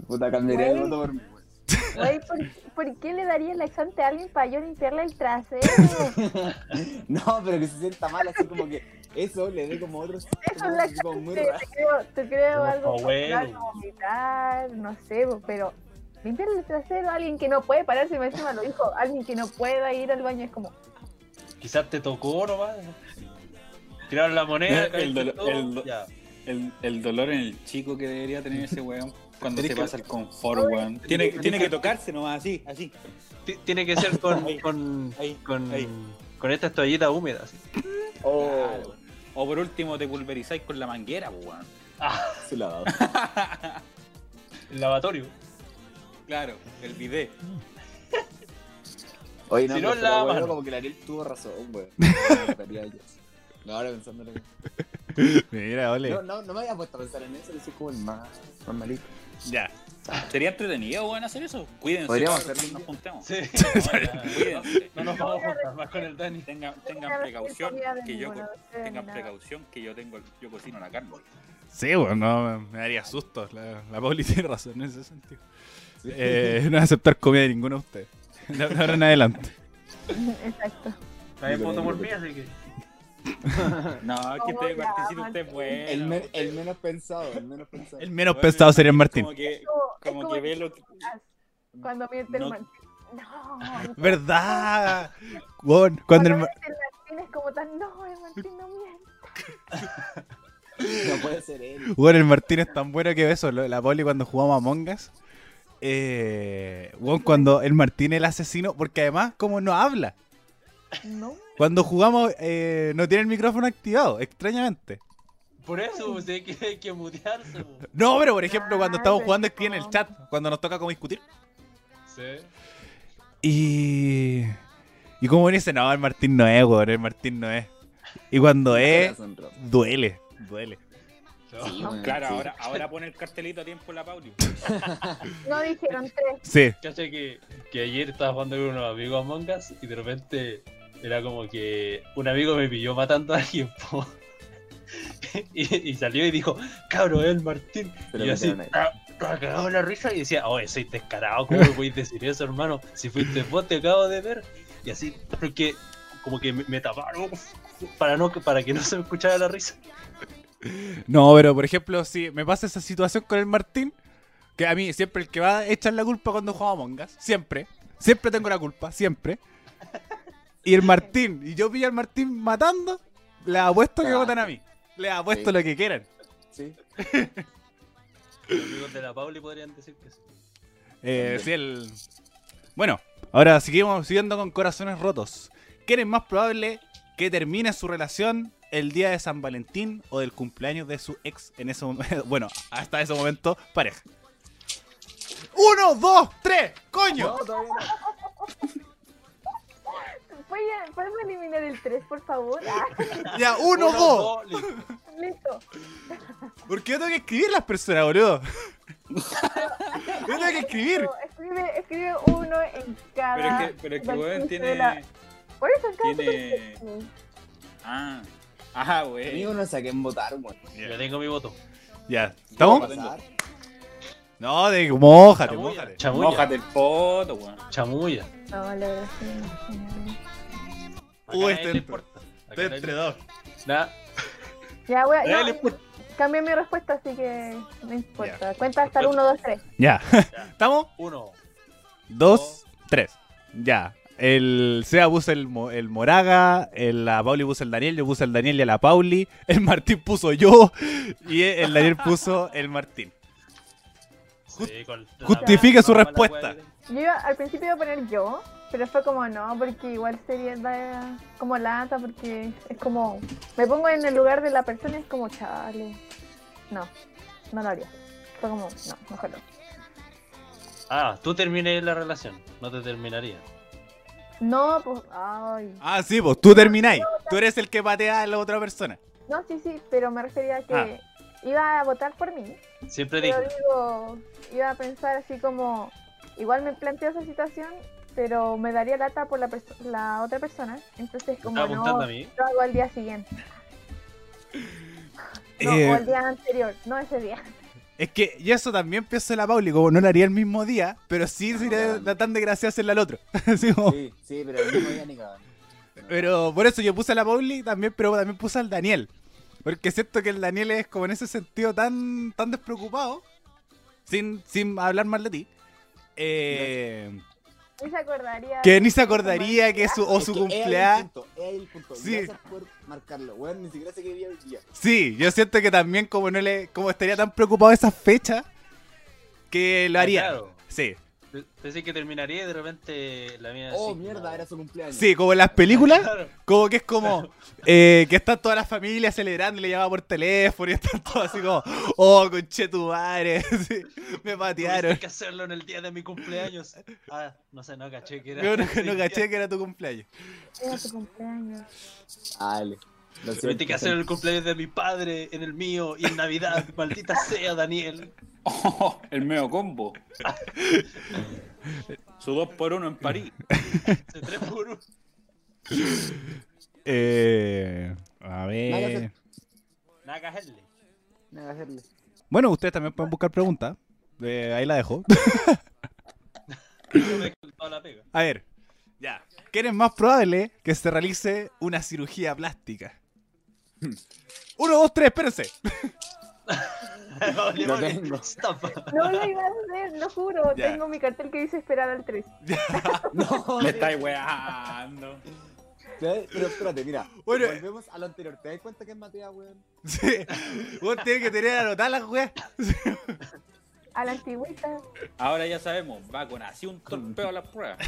S6: Puta, cambiaría el
S3: Güey.
S6: voto por mí.
S3: Güey, ¿por, por qué le daría laxante a alguien para yo limpiarle el
S4: [laughs]
S3: trasero?
S6: [laughs] No, pero que se sienta mal, así como que eso le dé como otros
S3: Eso
S6: [laughs]
S3: es
S6: como
S3: laxante.
S6: tipo muy
S3: Te
S6: raro.
S3: creo, te creo
S2: Como
S3: algo
S2: abuelo.
S3: natural, como vomitar, no sé, bo, pero limpiarle el trasero a alguien que no puede pararse, me encima lo dijo, alguien que no pueda ir al baño es como, [laughs]
S2: Quizás te tocó nomás. Tiraron la moneda.
S4: El- el
S2: caíste
S4: dolo-
S2: todo,
S4: el do-
S2: ya.
S4: El, el dolor en el chico que debería tener ese weón cuando
S6: Tenés
S4: se
S6: que-
S4: pasa el confort, weón. Tiene, tiene que tocarse nomás, así, así.
S2: Ti- Tiene que ser con, con,
S4: Ahí,
S2: con,
S4: ahí.
S2: con estas toallitas húmedas. así.
S6: Oh,
S4: O por último te pulverizáis con la manguera, pues, weón.
S6: su lavado.
S2: El lavatorio.
S4: Claro, el bidet.
S6: Oye, no,
S2: Si no,
S6: pero
S2: la
S6: bueno,
S2: mano.
S6: como que la Ariel tuvo razón, güey. No, ahora pensándolo. bien.
S1: [laughs] Mira, ole.
S6: No, no, no me había puesto a pensar en eso, yo soy como el más normalito.
S1: Ya.
S4: Sería entretenido, weón, hacer eso. Cuídense.
S6: Podríamos
S4: cabros,
S6: hacerlo.
S4: Nos
S2: [laughs]
S4: juntemos.
S2: Sí. [laughs]
S4: Cuídense.
S2: No nos vamos a juntar más con el Dani.
S4: Tengan, tengan precaución que yo co- tengan precaución que yo tengo yo cocino la carne.
S3: [laughs]
S1: Sí, bueno, no, me daría susto. La, la Pauli tiene razón en ese sentido. Eh, no voy a aceptar comida de ninguno de ustedes. De ahora en adelante.
S3: Exacto.
S2: También puedo tomar mí, así que.
S4: No, que
S3: Como
S4: usted,
S3: la
S4: Martincito, usted es
S3: Martín.
S4: bueno.
S6: El, men- el menos pensado, el menos pensado.
S1: El menos
S4: Bueno,
S1: pesado sería el Martín.
S4: Como que,
S3: Es
S4: como que ve lo que...
S3: Cuando miente el
S4: No.
S3: Martín.
S1: [laughs]
S3: No.
S1: ¿Verdad? Weón, Cuando el ma-
S3: miente el Martín es como tan. No, el Martín no miente.
S6: No puede ser él.
S1: Bueno, el Martín es tan bueno que eso, lo- la poli cuando jugamos a Mongas. Eh, bueno, cuando el Martín es el asesino, porque además como no habla.
S3: No.
S1: Cuando jugamos eh, no tiene el micrófono activado, extrañamente.
S2: Por eso, pues, hay que, hay que mutearse. pues.
S1: No, pero por ejemplo cuando
S3: Ah,
S1: estamos
S3: pero
S1: jugando
S3: es
S1: escribe en el
S3: como-
S1: chat, cuando nos toca como discutir.
S2: Sí.
S1: Y... Y como dice, no, el Martín no es, weón, el Martín no es. Y cuando es,
S6: Corazón roto.
S1: duele, duele.
S2: No.
S6: Sí, bueno,
S4: Claro,
S6: sí.
S4: ahora, ahora pone el cartelito a tiempo
S3: [laughs]
S4: la Pauli.
S3: No dijeron tres.
S1: Sí.
S2: Cacha que, que ayer estaba jugando con unos amigos Among Us y de repente era como que un amigo me pilló matando a alguien. [laughs] po. y, y salió y dijo, cabro, es el Martín.
S6: Pero
S2: y yo
S6: me
S2: así,
S6: quedaron ahí.
S2: "Ah, ah", cagado en la risa y decía, oye, soy descarado, ¿cómo me podéis decir eso, hermano? Si fuiste vos, te acabo de ver. Y así, porque como que me, me taparon para, no, para que no se me escuchara la risa.
S1: No, pero por ejemplo, si me pasa esa situación con el Martín, que a mí siempre el que va a echar la culpa cuando juega a Among Us, siempre, siempre tengo la culpa, siempre. Y el Martín, y yo pillo al Martín matando, le apuesto que
S6: Ah,
S1: votan a mí. Le apuesto
S6: Sí.
S1: lo que quieran.
S6: Sí.
S2: Los amigos de la Pauli podrían decir que sí.
S1: Eh, sí, el... Bueno, ahora seguimos siguiendo con corazones rotos. ¿Quién es más probable que termine su relación el día de San Valentín o del cumpleaños de su ex en ese momento? [laughs] Bueno, hasta ese momento, pareja. ¡Uno, dos, tres! ¡Coño!
S6: No, todavía no.
S3: Oye, ¿Podemos eliminar el tres, por favor? Ah, [laughs]
S1: Ya, uno, dos.
S2: dos,
S3: listo.
S1: ¿Por qué yo tengo que escribir las personas, boludo? Yo tengo que escribir.
S3: Pero Escribe, escribe uno en
S4: Pero
S3: cada.
S4: es que, pero es que
S3: del
S4: weón
S3: inicio de
S4: tiene.
S3: la- Por eso en cada
S4: Tiene-
S3: superficie.
S4: Ah. Ajá,
S6: Amigos,
S4: weón.
S6: no saquen votar, weón.
S2: Yo tengo mi voto.
S1: Ya,
S6: ¿Cómo
S1: ¿estamos? No, de mójate,
S2: Chamuya,
S1: mójate.
S2: chamuya,
S4: Mójate el poto, weón.
S2: chamuya.
S3: No, la verdad es que no.
S2: Acá
S1: Uh,
S2: nadie
S1: este
S2: le
S1: entre-
S2: importa. Acá
S1: Estoy
S2: nadie
S1: entre
S2: le-
S1: dos.
S2: Nah,
S3: Ya, voy a.
S2: nadie le
S3: no,
S4: pues.
S2: importa.
S3: Cambié mi respuesta, así que no importa. Cuenta hasta el 1, 2, 3.
S1: Ya.
S2: Ya.
S1: [laughs] ¿Estamos?
S2: Uno.
S1: Dos, tres. Ya. El Seba puso el, Mo- el Moraga, el, la Pauli puso el Daniel, yo puse el Daniel y a la Pauli, el Martín puso yo y el Daniel puso el Martín.
S2: Sí, con la-
S1: justifique su
S2: la- la
S1: respuesta.
S2: wea que-
S3: Yo iba- al principio iba a poner yo, pero fue como no, porque igual sería da- como lata, porque es como. Me pongo en el lugar de la persona y es como, chale. No, no lo haría. Fue como, no, mejor no.
S2: Ah, tú terminé la relación. No te terminaría.
S3: No, pues, ay.
S1: Ah, sí, pues tú termináis. Tú eres el que patea a la otra persona.
S3: No, sí, sí, pero me refería a que
S1: Ah.
S3: iba a votar por mí.
S2: Siempre
S3: Pero
S2: dije.
S3: digo, iba a pensar así como, igual me planteo esa situación, pero me daría lata por la, perso- la otra persona. Entonces, como
S2: Estaba apuntando
S3: no,
S2: a mí.
S3: lo hago al día siguiente. No,
S1: Eh,
S3: o el día anterior, no ese día. [laughs]
S1: es que, y eso también pienso en la Pauli, como no lo haría el mismo día, pero sí sería la tan desgraciada hacerla al otro. [laughs] Así como-
S6: Sí, sí, pero el mismo día ni cagando.
S1: Pero por eso yo puse a la Pauli también, pero también puse al Daniel. Porque siento que el Daniel es como en ese sentido tan, tan despreocupado, sin, sin hablar mal de ti, eh,
S3: Ni se acordaría.
S1: que ni se acordaría que su, o
S6: Es
S1: su
S6: que es el
S1: cumpleaños.
S6: punto, Es el punto.
S1: Sí.
S6: Gracias por marcarlo, weón. Ni siquiera sé qué día hoy día.
S1: Sí, yo siento que también como no le como estaría tan preocupado de esas fechas, que lo
S2: Ah,
S1: haría.
S2: claro.
S1: Sí,
S2: Pe- Pensé que terminaría y de repente la mía.
S6: Oh,
S2: sí,
S6: mierda,
S2: nada.
S6: era su cumpleaños.
S1: sí, como en las películas,
S2: [laughs] Claro.
S1: como que es como eh, que están todas las familias celebrando y le llamaba por teléfono y están todos así como, oh, conche tu madre, [laughs] sí, me patearon. [laughs]
S2: Tuviste que hacerlo en el día de mi cumpleaños. Ah, no sé, no caché que era.
S1: No, no, no caché que era tu cumpleaños.
S3: Era su cumpleaños.
S6: Dale. Lo
S1: [laughs]
S6: siento.
S2: Tuviste que hacer el cumpleaños de mi padre en el mío y en Navidad. Maldita sea, Daniel.
S4: [laughs] el medio combo. Su 2 por 1 en París.
S2: Se tres por uno.
S1: Eh, a ver.
S6: Hágase.
S2: Nada que hacerle.
S6: Nada, hacerle.
S1: Bueno, ustedes también pueden buscar preguntas. Eh, ahí la dejo.
S2: Yo me con toda la pega.
S1: A ver, ya. ¿Quién es más probable que se realice una cirugía [laughs] plástica? Uno, dos, tres, espérense. [laughs]
S2: Vale, [laughs]
S6: Lo
S2: vale.
S6: tengo.
S2: Stop.
S3: No lo iba a hacer, lo juro.
S1: Ya.
S3: Tengo mi cartel que dice esperar al 3.
S6: No,
S4: Me estáis weando.
S6: ¿sabes? Pero espérate, mira.
S1: Bueno, eh.
S6: volvemos a lo anterior. ¿Te das cuenta que es Matea, weón?
S1: Sí. Vos tenés que tener anotadas las weas.
S3: A la antigüita.
S4: Ahora ya sabemos, va con así un torpeo a las pruebas.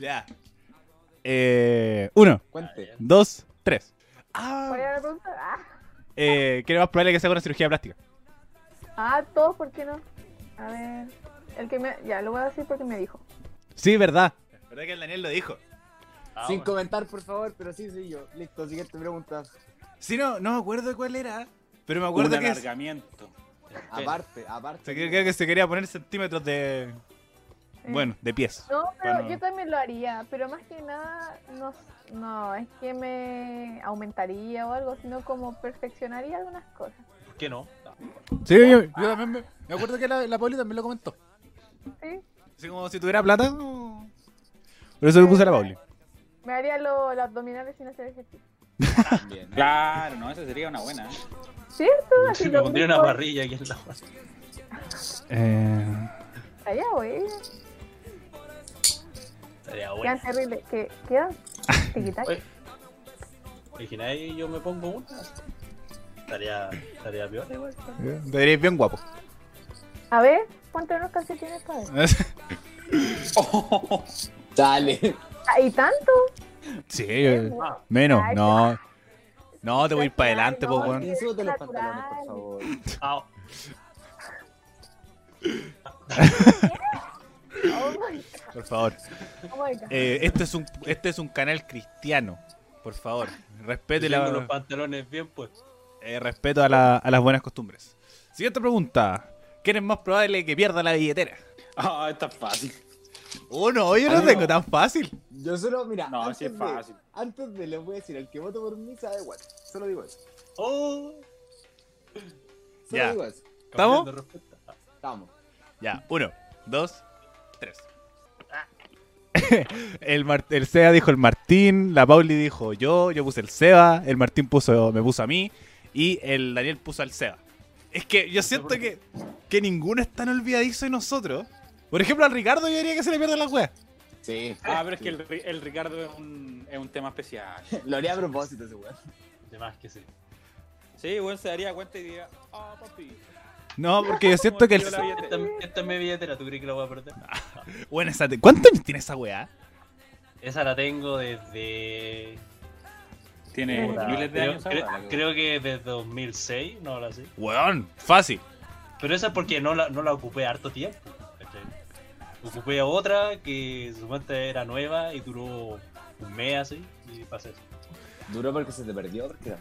S1: Ya. Eh, uno,
S4: Ah,
S6: Cuente.
S1: dos, tres.
S3: ¿Cuál
S1: Ah,
S3: era la pregunta? Ah,
S1: eh, ¿Quién es más probable que se haga una cirugía plástica?
S3: ah, todos, ¿por qué no? A ver. El que me. Ya, lo voy a decir porque me dijo.
S1: Sí, verdad. ¿Verdad que el Daniel lo dijo?
S2: Ah,
S6: Sin
S2: bueno.
S6: comentar, por favor, pero sí, sí, yo. Listo, siguiente pregunta.
S1: Sí, no, no me acuerdo cuál era. Pero me
S4: Un
S1: acuerdo que, se,
S4: alargamiento.
S6: Aparte, aparte.
S1: se- creo que se quería poner centímetros de.
S3: Eh,
S1: Bueno, de pies.
S3: No, pero
S1: Bueno.
S3: yo también lo haría, pero más que nada, no, no es que me aumentaría o algo, sino como perfeccionaría algunas cosas.
S2: ¿Por qué no?
S1: Sí, yo, yo también me, me acuerdo que la, la Pauli también lo comentó.
S3: ¿sí?
S1: Así como si tuviera plata. o- Por eso le puse a la Pauli.
S3: Me haría lo- los abdominales sin hacer ejercicio.
S1: Ah.
S6: También.
S4: Claro, no, esa sería una buena. ¿eh?
S3: ¿Cierto? Así
S2: Sí, me
S3: Ah, lo
S2: pondría
S3: mismo.
S2: una parrilla aquí en la
S1: Eh,
S3: Allá, güey.
S2: Estaría
S3: Quedan
S2: bueno.
S3: terribles. que
S2: [laughs]
S3: quedan? Tiquitac.
S2: Oye, ¿Imagináis yo me pongo una? Estaría, estaría peor igual.
S1: te verías bien guapo.
S3: A ver, ponte unos calcetines para ver.
S6: Dale.
S3: Ah, ¿Y tanto?
S1: [laughs] sí, yo-
S2: Ah.
S1: menos.
S3: Ay,
S1: No. No, te voy a ir para adelante, po,
S3: Natural,
S1: weón.
S3: no.
S6: Martín, súbete los
S3: natural.
S6: pantalones, por favor.
S2: Ah,
S3: Oh my,
S1: Por favor.
S3: oh my god.
S1: Eh, este, es un, este es un canal cristiano. Por favor. Respete
S2: tengo los
S1: la,
S2: pantalones bien puestos.
S1: eh, respeto a, la- a las buenas costumbres. Siguiente pregunta. ¿Quién es más probable que pierda la billetera?
S4: Ah, está fácil.
S1: Uno, yo Oh, no
S6: Uno.
S1: tengo tan fácil.
S6: Yo solo, mira.
S4: No,
S6: antes
S4: sí es
S6: de-
S4: fácil.
S6: Antes de les voy a decir, el que voto por mí sabe what. Solo digo eso.
S2: ¡Oh!
S6: Solo
S1: Ya.
S6: digo eso.
S1: ¿Estamos?
S2: cambiando respuesta. Ah,
S6: Estamos.
S1: Ya, uno, dos, tres. [laughs] El, Mar- el Seba dijo el Martín, la Pauli dijo yo, yo puse el Seba, el Martín puso, me puso a mí y el Daniel puso al Seba. Es que yo siento
S2: por
S1: que, que ninguno es tan olvidadizo de nosotros. Por ejemplo, al Ricardo yo diría que se le pierden las weas.
S6: Sí.
S4: Ah, pero es que el, Ri- el Ricardo es un, es un tema especial.
S6: Lo haría a propósito ese weón.
S2: De más que sí.
S4: Sí, bueno, se daría cuenta y diría, ah, papi.
S1: No, porque yo siento que el...
S4: Yo la vi-
S2: Esta, esta es mi billetera, ¿tú crees que la voy a perder?
S1: Bueno, esa te- ¿cuántos años tiene esa wea?
S2: Esa la tengo desde.
S4: Tiene
S3: Puta,
S4: miles de
S2: creo,
S4: años.
S2: creo-
S4: ahora, la que-
S2: creo que desde 2006, no la sé.
S1: Weón, fácil.
S2: Pero esa es porque no la, no la ocupé harto tiempo. ¿cachai? Ocupé otra que supuestamente era nueva y duró un mes así y pasé eso. [laughs]
S6: Duró porque se te perdió. Porque...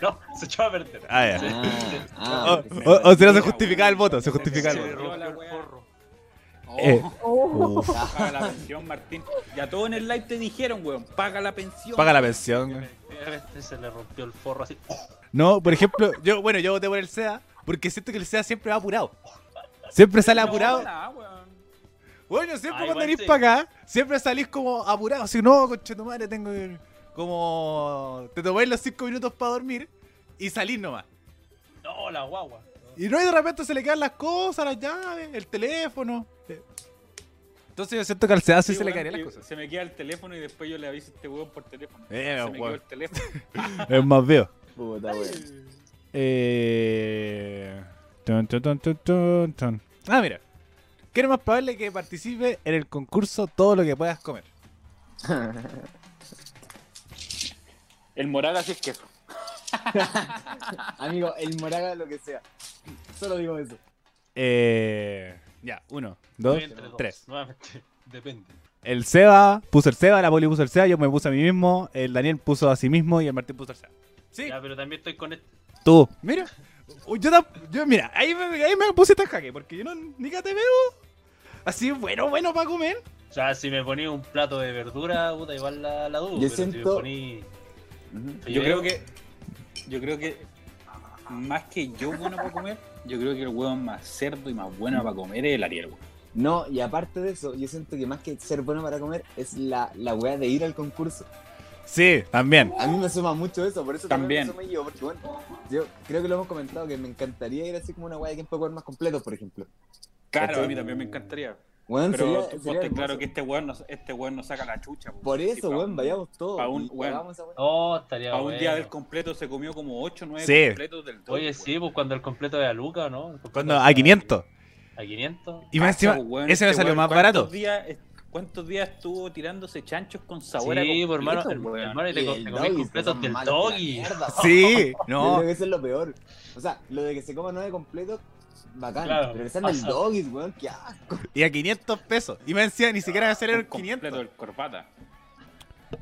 S2: No, se echó a perder.
S1: Ah, ya.
S6: Ah,
S1: O,
S6: ah. porque se-
S1: o- o si no se justificaba el voto, se justificaba el
S4: Se
S1: voto.
S4: rompió la wea. Oh,
S1: Eh.
S3: Oh.
S1: Uf,
S4: Paga la pensión, Martín. Ya todo en el live te dijeron, weón. Paga la pensión.
S1: paga la pensión.
S2: Este se le rompió el forro así.
S1: No, por ejemplo, yo, bueno, yo voté por el SEA porque siento que el SEA siempre va apurado. Siempre sale
S4: No,
S1: apurado.
S4: nada, weón.
S1: Bueno, siempre
S2: Ah,
S1: cuando
S2: igual
S1: venís
S2: sí.
S1: para acá, siempre salís como apurado. Si no, concha tu madre, tengo que. Como. Te tomáis los 5 minutos para dormir y salís nomás.
S2: No, la guagua.
S1: Y no, y de repente se le quedan las cosas, las llaves, el teléfono. Entonces yo siento que al SEA sí,
S4: Sí,
S1: se le
S4: weón,
S1: caerían las
S4: y
S1: cosas.
S4: Se me queda el teléfono y después yo le aviso a este weón por teléfono.
S1: Eh,
S4: se me quedó
S1: weón.
S4: el teléfono.
S1: Es más veo.
S6: Puta, weón.
S1: Eh... tun, tun, tun, tun, tun, tun. Ah, mira. ¿Qué es más probable que participe en el concurso todo lo que puedas comer?
S4: El moral así es que
S6: Amigo, el moraga lo que sea. Solo digo eso.
S1: Eh... Ya, uno, dos,
S2: Estoy entre dos,
S1: tres.
S2: Nuevamente, [laughs] depende.
S1: El Seba puso el Seba, la Poli puso el Seba, yo me puse a mí mismo, el Daniel puso a sí mismo y el Martín puso al Seba. Sí,
S2: Ya, pero también estoy con este.
S1: tú. Mira, uy, yo, tam- yo- mira, ahí me, ahí me puse tan jaque, porque yo no, ni que te veo. Así, bueno, bueno, para comer.
S2: O sea, si me ponía un plato de verdura, puta, igual la, la dudo.
S6: Yo
S2: pero si me
S6: siento-
S2: ponía
S6: Ujú.
S4: Yo creo que. Yo creo que. Más que yo bueno para comer, yo creo que el hueón más cerdo y más bueno para comer es el Ariel, weón.
S6: No, y aparte de eso, yo siento que más que ser bueno para comer es la, la weá de ir al concurso.
S1: Sí, también.
S6: A mí me suma mucho eso, por eso
S4: También.
S6: también, me suma yo, porque bueno, yo creo que lo hemos comentado, que me encantaría ir así como una weá de quién puede jugar más completos, por ejemplo.
S4: Claro,
S6: ¿Cachai?
S4: a mí también me encantaría.
S6: Este Weón,
S4: Pero
S6: sería-
S4: tú
S6: sería
S4: ponte claro
S6: hermoso.
S4: que este weón no, este weón no saca la chucha.
S6: Por eso, weón, vayamos todos.
S4: pa' un-
S6: y
S4: weón.
S6: hagamos esa weá.
S2: Oh, estaría
S4: A un
S2: bueno.
S4: día del completo se comió como 8 o 9
S1: Sí.
S4: completos del todo.
S2: Oye, sí, pues cuando el completo de a Luca, ¿no? El completo
S1: Cuando,
S2: era
S1: a 500.
S2: A 500.
S1: Y más encima, ese
S4: este
S1: me salió más barato.
S4: ¿Cuántos días estuvo tirándose chanchos con sabor a
S2: Sí, pues hermano,
S4: completo,
S2: hermano,
S4: weón?
S2: hermano, y te,
S6: Y
S2: co-
S6: el
S2: te
S6: doggy,
S2: comí completos
S6: son
S2: del
S6: malos que la
S2: doggy.
S6: mierda.
S1: Sí,
S6: Yo
S1: no.
S6: creo que eso es lo peor. O sea, lo de que se coma nueve completos, bacán.
S2: Claro,
S6: pero que sean del
S2: pasa.
S6: doggies, weón, ah, qué asco.
S1: Y a 500 pesos. Y me decía, ni siquiera me
S4: Un
S1: salieron
S4: completo
S1: 500.
S4: del corbata.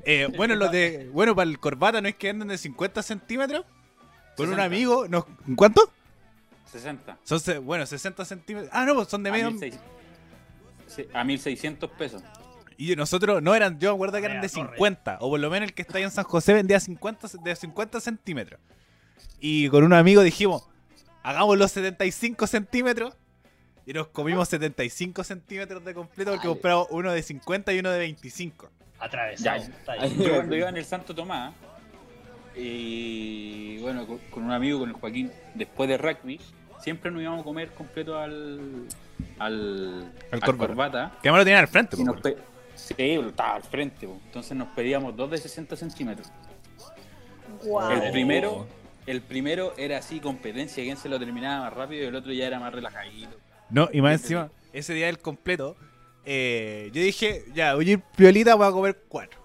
S1: Eh, bueno, los de, bueno, para el corbata no es que anden de 50 centímetros. Con un
S4: 60.
S1: amigo, nos, ¿cuánto?
S4: 60.
S1: Son, se- bueno, 60 centímetros. Ah, no, pues son de
S4: A
S1: medio.
S4: 1600 sí, A 1600
S1: [coughs]
S4: pesos.
S1: Y nosotros no eran, yo me acuerdo que eran de
S2: Vaya, corre.
S1: 50, o por lo menos el que está ahí en San José vendía 50, ce- de 50 centímetros. Y con un amigo dijimos, hagamos los 75 centímetros. Y nos comimos 75 centímetros de completo porque
S6: Vale.
S1: compramos uno de 50 y uno de 25.
S2: Atravesado.
S4: Ya, ya.
S2: está
S4: [laughs]
S2: ahí.
S4: Yo cuando iba en el Santo Tomás, y bueno, con, con un amigo, con el Joaquín, después de rugby, siempre nos íbamos a comer completo al. al.
S1: Al
S4: al
S1: corbata.
S4: corbata.
S1: Que me lo tenían al frente.
S4: Y
S1: po,
S4: nos
S1: weón.
S4: pe- sí, pero estaba al frente, po. entonces nos pedíamos dos de 60 centímetros.
S3: Guau.
S2: Eh.
S4: El primero, el primero era así competencia, quién se lo terminaba más rápido y el otro ya era más relajadito.
S1: No, y más encima, ese día del completo, eh, yo dije, ya, voy a ir piolita, voy a comer cuatro.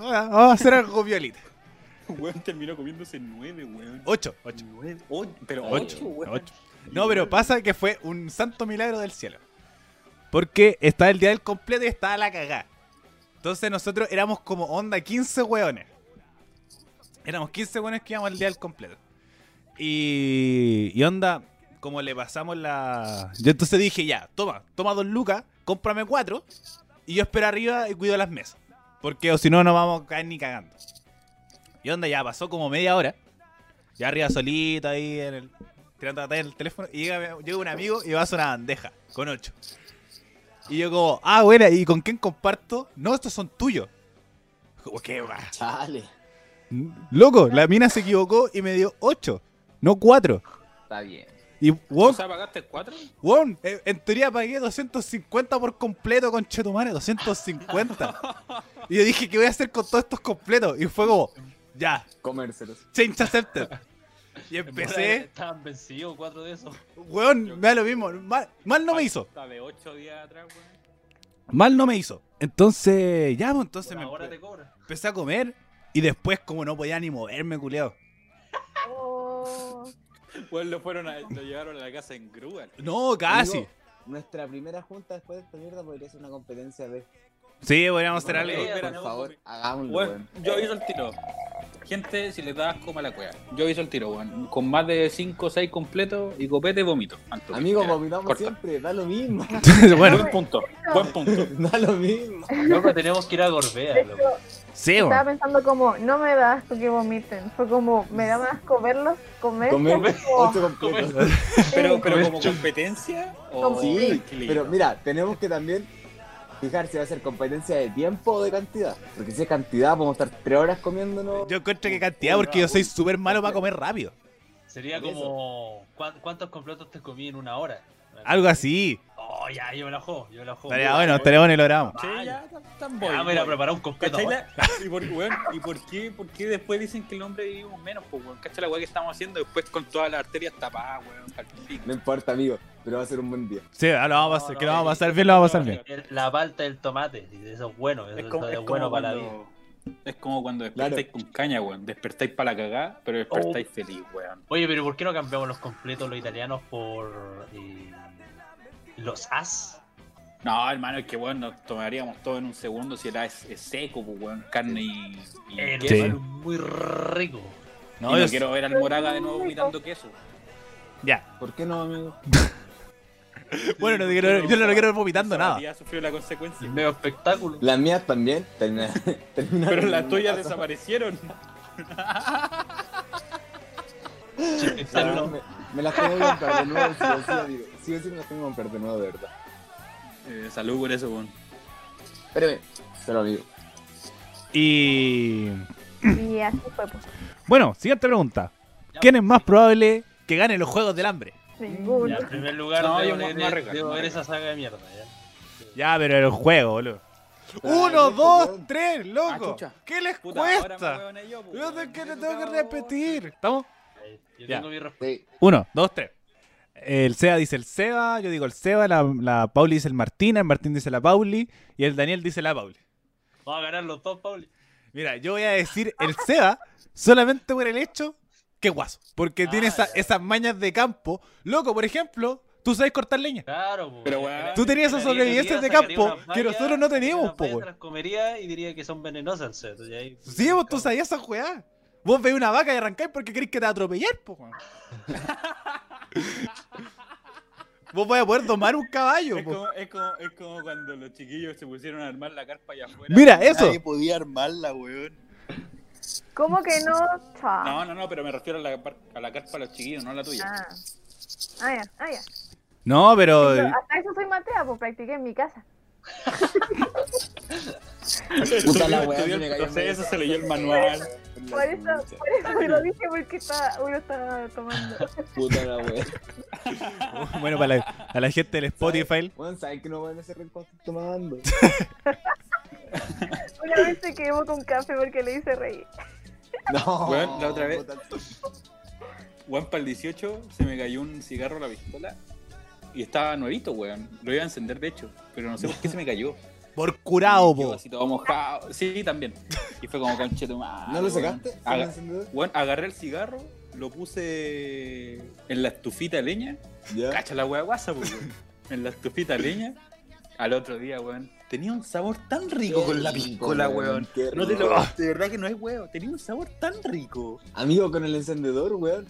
S1: Ah, Vamos a hacer algo piolita.
S4: [laughs] Weón terminó comiéndose nueve, weón.
S1: Ocho, ocho.
S4: Ocho, pero
S1: Ocho,
S4: ocho, weón.
S1: ocho. No, pero pasa que fue un santo milagro del cielo. Porque estaba el día del completo y estaba la cagá. Entonces nosotros éramos como onda 15 hueones. Éramos 15 hueones que íbamos al día del completo. Y, y onda, como le pasamos la... Yo entonces dije, ya, toma, toma dos lucas, cómprame cuatro. Y yo espero arriba y cuido las mesas. Porque o si no, no vamos a caer ni cagando. Y onda, ya pasó como media hora. Ya arriba solito ahí en el, tirando la talla en el teléfono y llega, llega un amigo y va a una bandeja con ocho. Y yo como, ah, buena, ¿y con quién comparto? No, estos son tuyos. Como, ¿qué va?
S6: Chale.
S1: Loco, la mina se equivocó y me dio ocho, no cuatro.
S6: Está bien.
S1: Y,
S4: O
S1: weón,
S4: sea, pagaste cuatro.
S1: weón, eh, en teoría pagué 250 por completo con Chetumare, 250. Y yo dije, ¿qué voy a hacer con todos estos completos? Y fue como, ya,
S6: Comérselos.
S1: change accepted. Y
S2: En verdad,
S1: empecé,
S2: Estaban vencidos cuatro de esos.
S1: weón, me da lo mismo, mal- mal no me hizo.
S4: Está de ocho días atrás, weón.
S1: Mal no me hizo. Entonces, ya, pues, entonces me
S2: Ahora
S1: empe-
S2: te cobra.
S1: empecé a comer y después como no podía ni moverme, culeado.
S3: Oh.
S4: Weón, lo, fueron a- lo llevaron a la casa en grúa.
S1: No, casi.
S6: Amigo, nuestra primera junta después de esta mierda podría ser una competencia de.
S1: Sí, podríamos hacer
S4: No,
S1: algo.
S4: eh,
S6: Por favor, hagámoslo,
S4: Weón,
S6: weón.
S4: yo hizo el tiro. Gente, si les da asco, mala cueva. Yo hizo el tiro, weón. Con más de 5 o 6 completos y copete, vomito. Antonio,
S6: Amigo,
S4: ya,
S6: vomitamos
S4: corta.
S6: siempre, da lo mismo. [laughs]
S1: bueno,
S4: [laughs] Buen punto, buen punto.
S6: da lo mismo.
S2: Loco, tenemos que ir a Gorbea, loco.
S1: sí, weón.
S3: Estaba pensando como, no me da asco que vomiten. Fue como, me da más asco verlos comer.
S6: Comer
S3: como-
S6: ocho completos.
S4: Pero, pero como competencia o
S6: Sí,
S4: Qué lindo.
S6: pero mira, tenemos que también fijar si va a ser competencia de tiempo o de cantidad. Porque si es cantidad, podemos estar tres horas comiéndonos.
S1: Yo encuentro que cantidad porque yo soy súper malo para comer rápido.
S2: Sería
S6: Por eso.
S2: como. ¿cuán- ¿Cuántos completos te comí en una hora?
S1: Algo así.
S2: Oh, ya, yo me la juego, yo me la juego.
S1: Estaría bueno, estaría bueno y lo grabamos.
S4: Sí, ya, tan- tan voy,
S2: Ah, mira,
S4: voy.
S2: preparar un completo.
S4: ¿Cachai la- ¿Y, por, weón, ¿Y por qué por qué después dicen que el hombre vivimos menos? Pues, weón, ¿cachai la weá que estamos haciendo después con todas las arterias tapadas, weón? pa'l pico.
S6: No importa, amigo, pero va a ser un buen día.
S1: Sí, ah, lo vamos a hacer, que lo vamos a pasar bien, lo vamos a pasar bien.
S2: El- La palta del tomate, y eso es bueno, eso
S4: Es
S2: eso es,
S4: como, es como
S2: bueno para la vida.
S4: cuando, es como cuando despertáis con caña, weón. Despertáis para la cagada, pero despertáis feliz, weón.
S2: Oye, pero ¿por qué no cambiamos los completos los italianos por eh, los as?
S4: No, hermano, es que weón, nos tomaríamos todo en un segundo si era es, es seco, pues, weón. Carne y. y
S2: Eh,
S4: queso.
S1: Sí.
S2: es muy rico.
S4: y
S1: No,
S4: no
S1: yo
S4: quiero ver al Moraga de nuevo vomitando queso.
S1: Ya.
S6: ¿Por qué no, amigo?
S1: Bueno, no te quiero- yo no lo quiero ver vomitando nada.
S4: Ya sufrió la consecuencia.
S2: El medio [laughs] espectáculo.
S6: Las mías también termina- [laughs] terminaron.
S4: Pero
S6: en
S4: las
S6: un
S1: [laughs]
S4: tuyas
S6: vaso.
S4: desaparecieron.
S2: Están
S6: No,
S2: los-
S6: me, me las tengo que comprar de nuevo. Sí, o sí, digo. Sí, o sí, me las tengo que comprar de nuevo, de verdad.
S4: Eh, salud por eso, weón.
S6: Espérame, se lo digo.
S1: Y.
S3: Y así fue, pues.
S1: Bueno, siguiente pregunta. ¿Quién es más probable que gane los Juegos del Hambre?
S3: Ninguno.
S2: Ya, en primer lugar,
S4: No,
S2: debo,
S4: yo
S2: de-
S4: me arreglo,
S2: debo
S4: me
S2: ver
S4: arreglo.
S2: esa saga de mierda. Ya.
S1: Ya, pero el juego, boludo. Uno,
S6: viejo,
S1: dos,
S6: weón.
S1: tres, loco.
S4: Ah, chucha.
S1: ¿Qué les
S4: Puta, ahora me
S1: cuesta?
S4: hueoné
S6: pues,
S4: yo, po,
S1: Yo
S4: weón.
S1: tengo que,
S4: Me
S1: tengo que
S4: tocaba a vos.
S1: repetir. ¿Estamos?
S2: Ahí, Yo
S1: Ya.
S2: tengo mi respuesta.
S6: Sí.
S1: Uno, dos, tres. El Seba dice el Seba, yo digo el Seba, la, la Pauli dice el Martina, el Martín dice la Pauli y el Daniel dice la Pauli.
S2: Vamos a ganar los dos, Pauli.
S1: Mira, yo voy a decir [laughs] el Seba solamente por el hecho que guaso. Porque
S2: Ah,
S1: tiene esa-
S2: ya.
S1: esas mañas de campo. Loco, por ejemplo, tú sabes cortar leña.
S2: Claro, po.
S4: Pero, weón,
S1: Tú tenías esas
S2: Sacaría-
S1: sobrevivencias de
S2: sacaría
S1: campo
S2: unas
S1: que
S2: vallas,
S1: nosotros no teníamos,
S2: unas
S1: po.
S2: vallas,
S1: weón.
S2: las comería y diría que son venenosas, en serio, y ahí-
S1: Pues Sí, vos tú sabías esa weá. Vos veis una vaca y arrancáis porque creéis que te va a atropellar, po. weón. [laughs] vos vais a poder domar un caballo,
S4: Es
S1: po.
S4: como, es, como, es como cuando los chiquillos se pusieron a armar la carpa allá afuera.
S1: Mira, eso.
S4: Nadie podía armarla, weón.
S3: ¿Cómo que no? Chao.
S4: No, no, no, pero me refiero a la, par- a la carpa de los chiquillos, no a la [laughs] tuya.
S3: Ah. Ah, ya, ah, ya.
S1: No, pero.
S3: Pero hasta eso soy matea, pues practiqué en mi casa.
S6: Puta la
S4: Estudió-
S6: weá,
S4: estudió
S6: me
S4: el
S6: cayó
S4: proceso,
S6: mal.
S4: se leyó el manual.
S3: Por eso, por eso me lo dije porque está, uno estaba tomando.
S6: Puta la weá.
S1: Bueno, para la, a la gente del Spotify.
S6: Bueno, ¿sabes que no van a ese rincón tomando?
S3: Una vez se quedó con café porque le hice reír.
S6: No.
S4: Weón, la otra vez.
S6: puta,
S4: Weón, para el 18 se me cayó un cigarro a la pistola y estaba nuevito, weón. Lo iba a encender, de hecho, pero no sé por qué se me cayó.
S1: Por curado,
S4: Y quedó
S1: po.
S4: Así todo mojado. Sí, también. Y fue como conche tu madre,
S6: ¿No lo
S4: weón.
S6: sacaste? ¿Con el
S4: Aga-
S6: encendedor?
S4: Weón, agarré el cigarro, lo puse en la estufita de leña.
S6: Ya.
S4: Cacha la weá guasa, pues, weón. [laughs] En la estufita de leña. Al otro día, weón. Tenía un sabor tan rico con la piscola, weón.
S6: Qué
S4: No te
S6: rico.
S4: lo, [laughs] de verdad que no es huevo. Tenía un sabor tan rico.
S6: Amigo, con el encendedor, weón.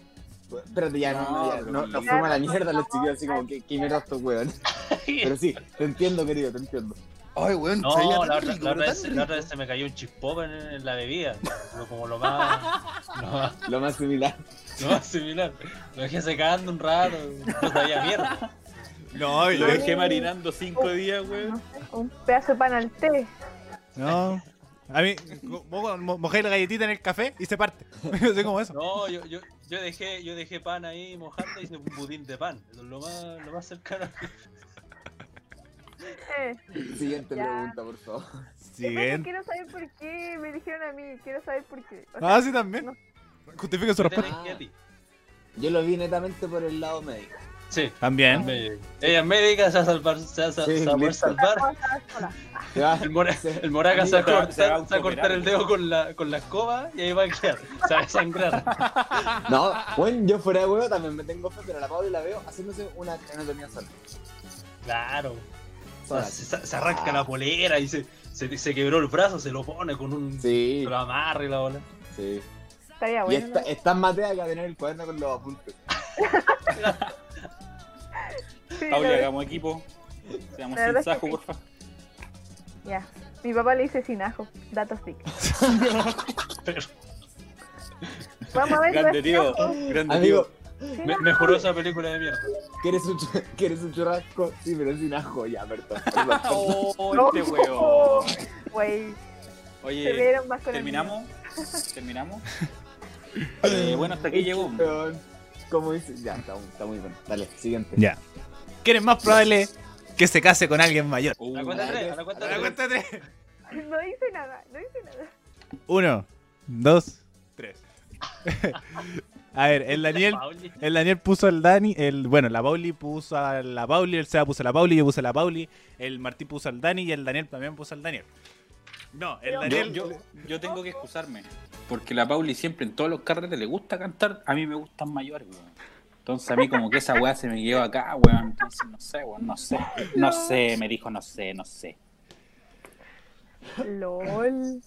S6: Weón, Espérate, ya, no, no, ya,
S4: No,
S6: no, nos
S4: pero-
S6: fuimos a la mierda los chiquillos, así como, ¿qué, qué mierda estos weón? Pero sí, te entiendo, querido, te entiendo.
S4: Ay, weón,
S2: No,
S4: sabía
S2: la
S4: tan
S2: otra,
S4: rico,
S2: la
S4: pero
S2: otra
S4: tan
S2: vez,
S4: rico.
S2: la otra vez se me cayó un chispop en, en la bebida. Como, como lo más, [laughs] lo más,
S6: Lo más similar.
S2: lo más similar. Lo dejé secando un rato. No sabía mierda.
S1: No,
S4: Lo
S1: yo-
S4: dejé marinando cinco días, weón.
S3: No sé, un pedazo de pan al té.
S1: no. A mí, mo- mo- mo- mojáis la galletita en el café y se parte. [laughs] Yo sé como eso.
S2: No, yo, yo, yo dejé, yo dejé pan ahí mojando y hice un budín de pan. Eso es lo más, lo más cercano.
S3: Eh,
S6: Siguiente
S3: Ya.
S6: pregunta, por favor.
S3: después
S1: Siguiente.
S3: quiero saber por qué me dijeron a mí, quiero saber por qué. O sea,
S1: Ah, sí, también.
S3: no.
S1: Justifica su
S2: ¿Qué
S1: respuesta.
S2: tenés, Ketty?
S6: Yo lo vi netamente por el lado médico.
S2: Sí.
S1: También.
S2: médica. Ella es médica, se va a salvar, se va a sa-
S6: Sí,
S2: se va a poder
S6: listo.
S2: salvar.
S3: sola.
S6: Se va-
S2: El, mora,
S6: se-
S2: el moraca se va, a
S4: Amigo,
S2: cortar,
S4: se va a
S2: se va a cortar el dedo con la, con la escoba y ahí va a quedar. Se va a sangrar.
S6: No, bueno, yo fuera de huevo también me tengo fe, pero a la Paula la veo haciéndose una anatomía sola.
S2: Claro.
S6: Sola.
S2: Se, se arranca la polera y se, se, se quebró el brazo, se lo pone con un.
S6: Sí,
S2: Se lo amarra y la bola.
S6: sí.
S3: Estaría
S6: Y
S3: bueno.
S6: está, es tan matea que va a tener el cuaderno con los apuntes.
S3: ¿no? Sí, la
S4: Paula,
S3: verdad-
S4: hagamos equipo. Seamos
S3: La verdad
S4: sin
S3: es que
S4: sajo,
S3: sí.
S4: porfa.
S3: Ya. Mi papá le dice sin ajo. Datos
S1: [laughs]
S3: tic. Vamos a ver.
S4: Grande
S3: los
S4: tío,
S3: datos.
S4: grande
S6: Amigo,
S4: tío.
S3: Sin
S2: Me,
S3: ajo.
S2: me juró esa película de mierda.
S6: ¿quieres un, chu- [laughs] ¿quieres un churrasco? Sí, pero sin ajo. Ya, perdón. perdón, perdón.
S3: [laughs]
S4: Oh, este weón.
S3: Güey, se
S4: Oye,
S3: vieron más con el
S4: terminamos.
S3: [laughs]
S4: Terminamos. Eh, bueno, hasta aquí llegó.
S6: Perdón. ¿Cómo dices? Ya, está, está muy bueno. Dale, siguiente.
S1: Ya. ¿Quién es más probable que se case con alguien mayor?
S4: Uh,
S2: A la cuenta de tres, a la
S1: A
S2: cuenta
S1: la
S2: de tres.
S1: cuenta de tres.
S3: niño. No dice nada, no dice nada.
S1: Uno, dos, tres. [laughs] A ver, el Daniel.
S2: Pauli.
S1: El Daniel puso al Dani, el bueno, la Pauli puso a la Pauli, el Seba puso a la Pauli, yo puse a la Pauli, el Martín puso al Dani y el Daniel también puso al Daniel. No, el
S3: Yo-
S4: yo,
S1: Daniel.
S4: yo, yo tengo que excusarme. Porque la Pauli siempre en todos los carretes le gusta cantar. A mí me gustan mayores, weón. Entonces a mí como que esa weá se me lleva acá, weón. Entonces no sé, weón, no sé. No sé, me dijo no sé, no sé.
S3: LOL.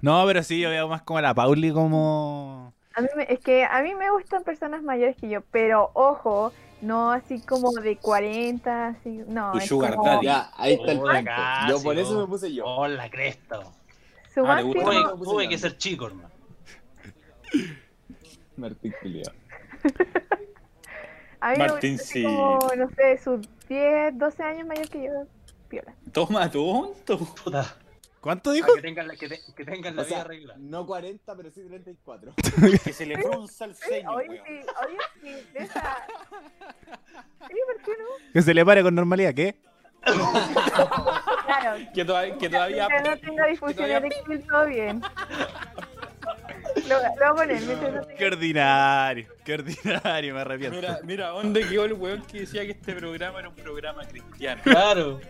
S1: No, pero sí, yo veo más como a la Pauli como
S3: A mí me- es que a mí me gustan personas mayores que yo, pero ojo, no así como de 40, así, no.
S4: Tu
S3: es
S4: sugar
S3: como-
S4: daddy.
S6: Ya, ahí está el
S2: Oh,
S6: punto.
S2: casi,
S6: Yo por eso
S2: no.
S6: me puse yo.
S2: Oh, la cresta.
S3: Su
S4: Ah, le gusta.
S2: Tuve,
S3: máximo-
S6: no,
S2: tuve que
S6: pues,
S2: ser chico, hermano.
S6: Martín culiao.
S3: A mí me
S4: Martín,
S3: gusta así
S4: sí.
S3: como, no sé, sus 10, 12 años mayor que yo, piola.
S4: Toma tonto.
S2: Puta.
S1: ¿Cuánto dijo?
S2: Para Ah, que tengan la, que te- que tengan la
S6: O sea,
S2: vida arreglada.
S6: no 40, pero sí 34.
S4: Que se le frunza el ceño,
S3: Oye,
S4: weón.
S3: sí, oye, sí, de esa... Sí, ¿por qué no?
S1: Que se le pare con normalidad, ¿qué?
S3: Claro,
S4: Que todavía, que todavía
S3: mientras no tenga difusión
S4: todavía-
S3: eréctil, todo bien. Lo, lo voy a poner, mientras no
S1: Qué
S3: tenga...
S1: ordinario, qué ordinario, me arrepiento.
S4: Mira, mira, ¿dónde quedó el weón que decía que este programa era un programa cristiano?
S2: Claro.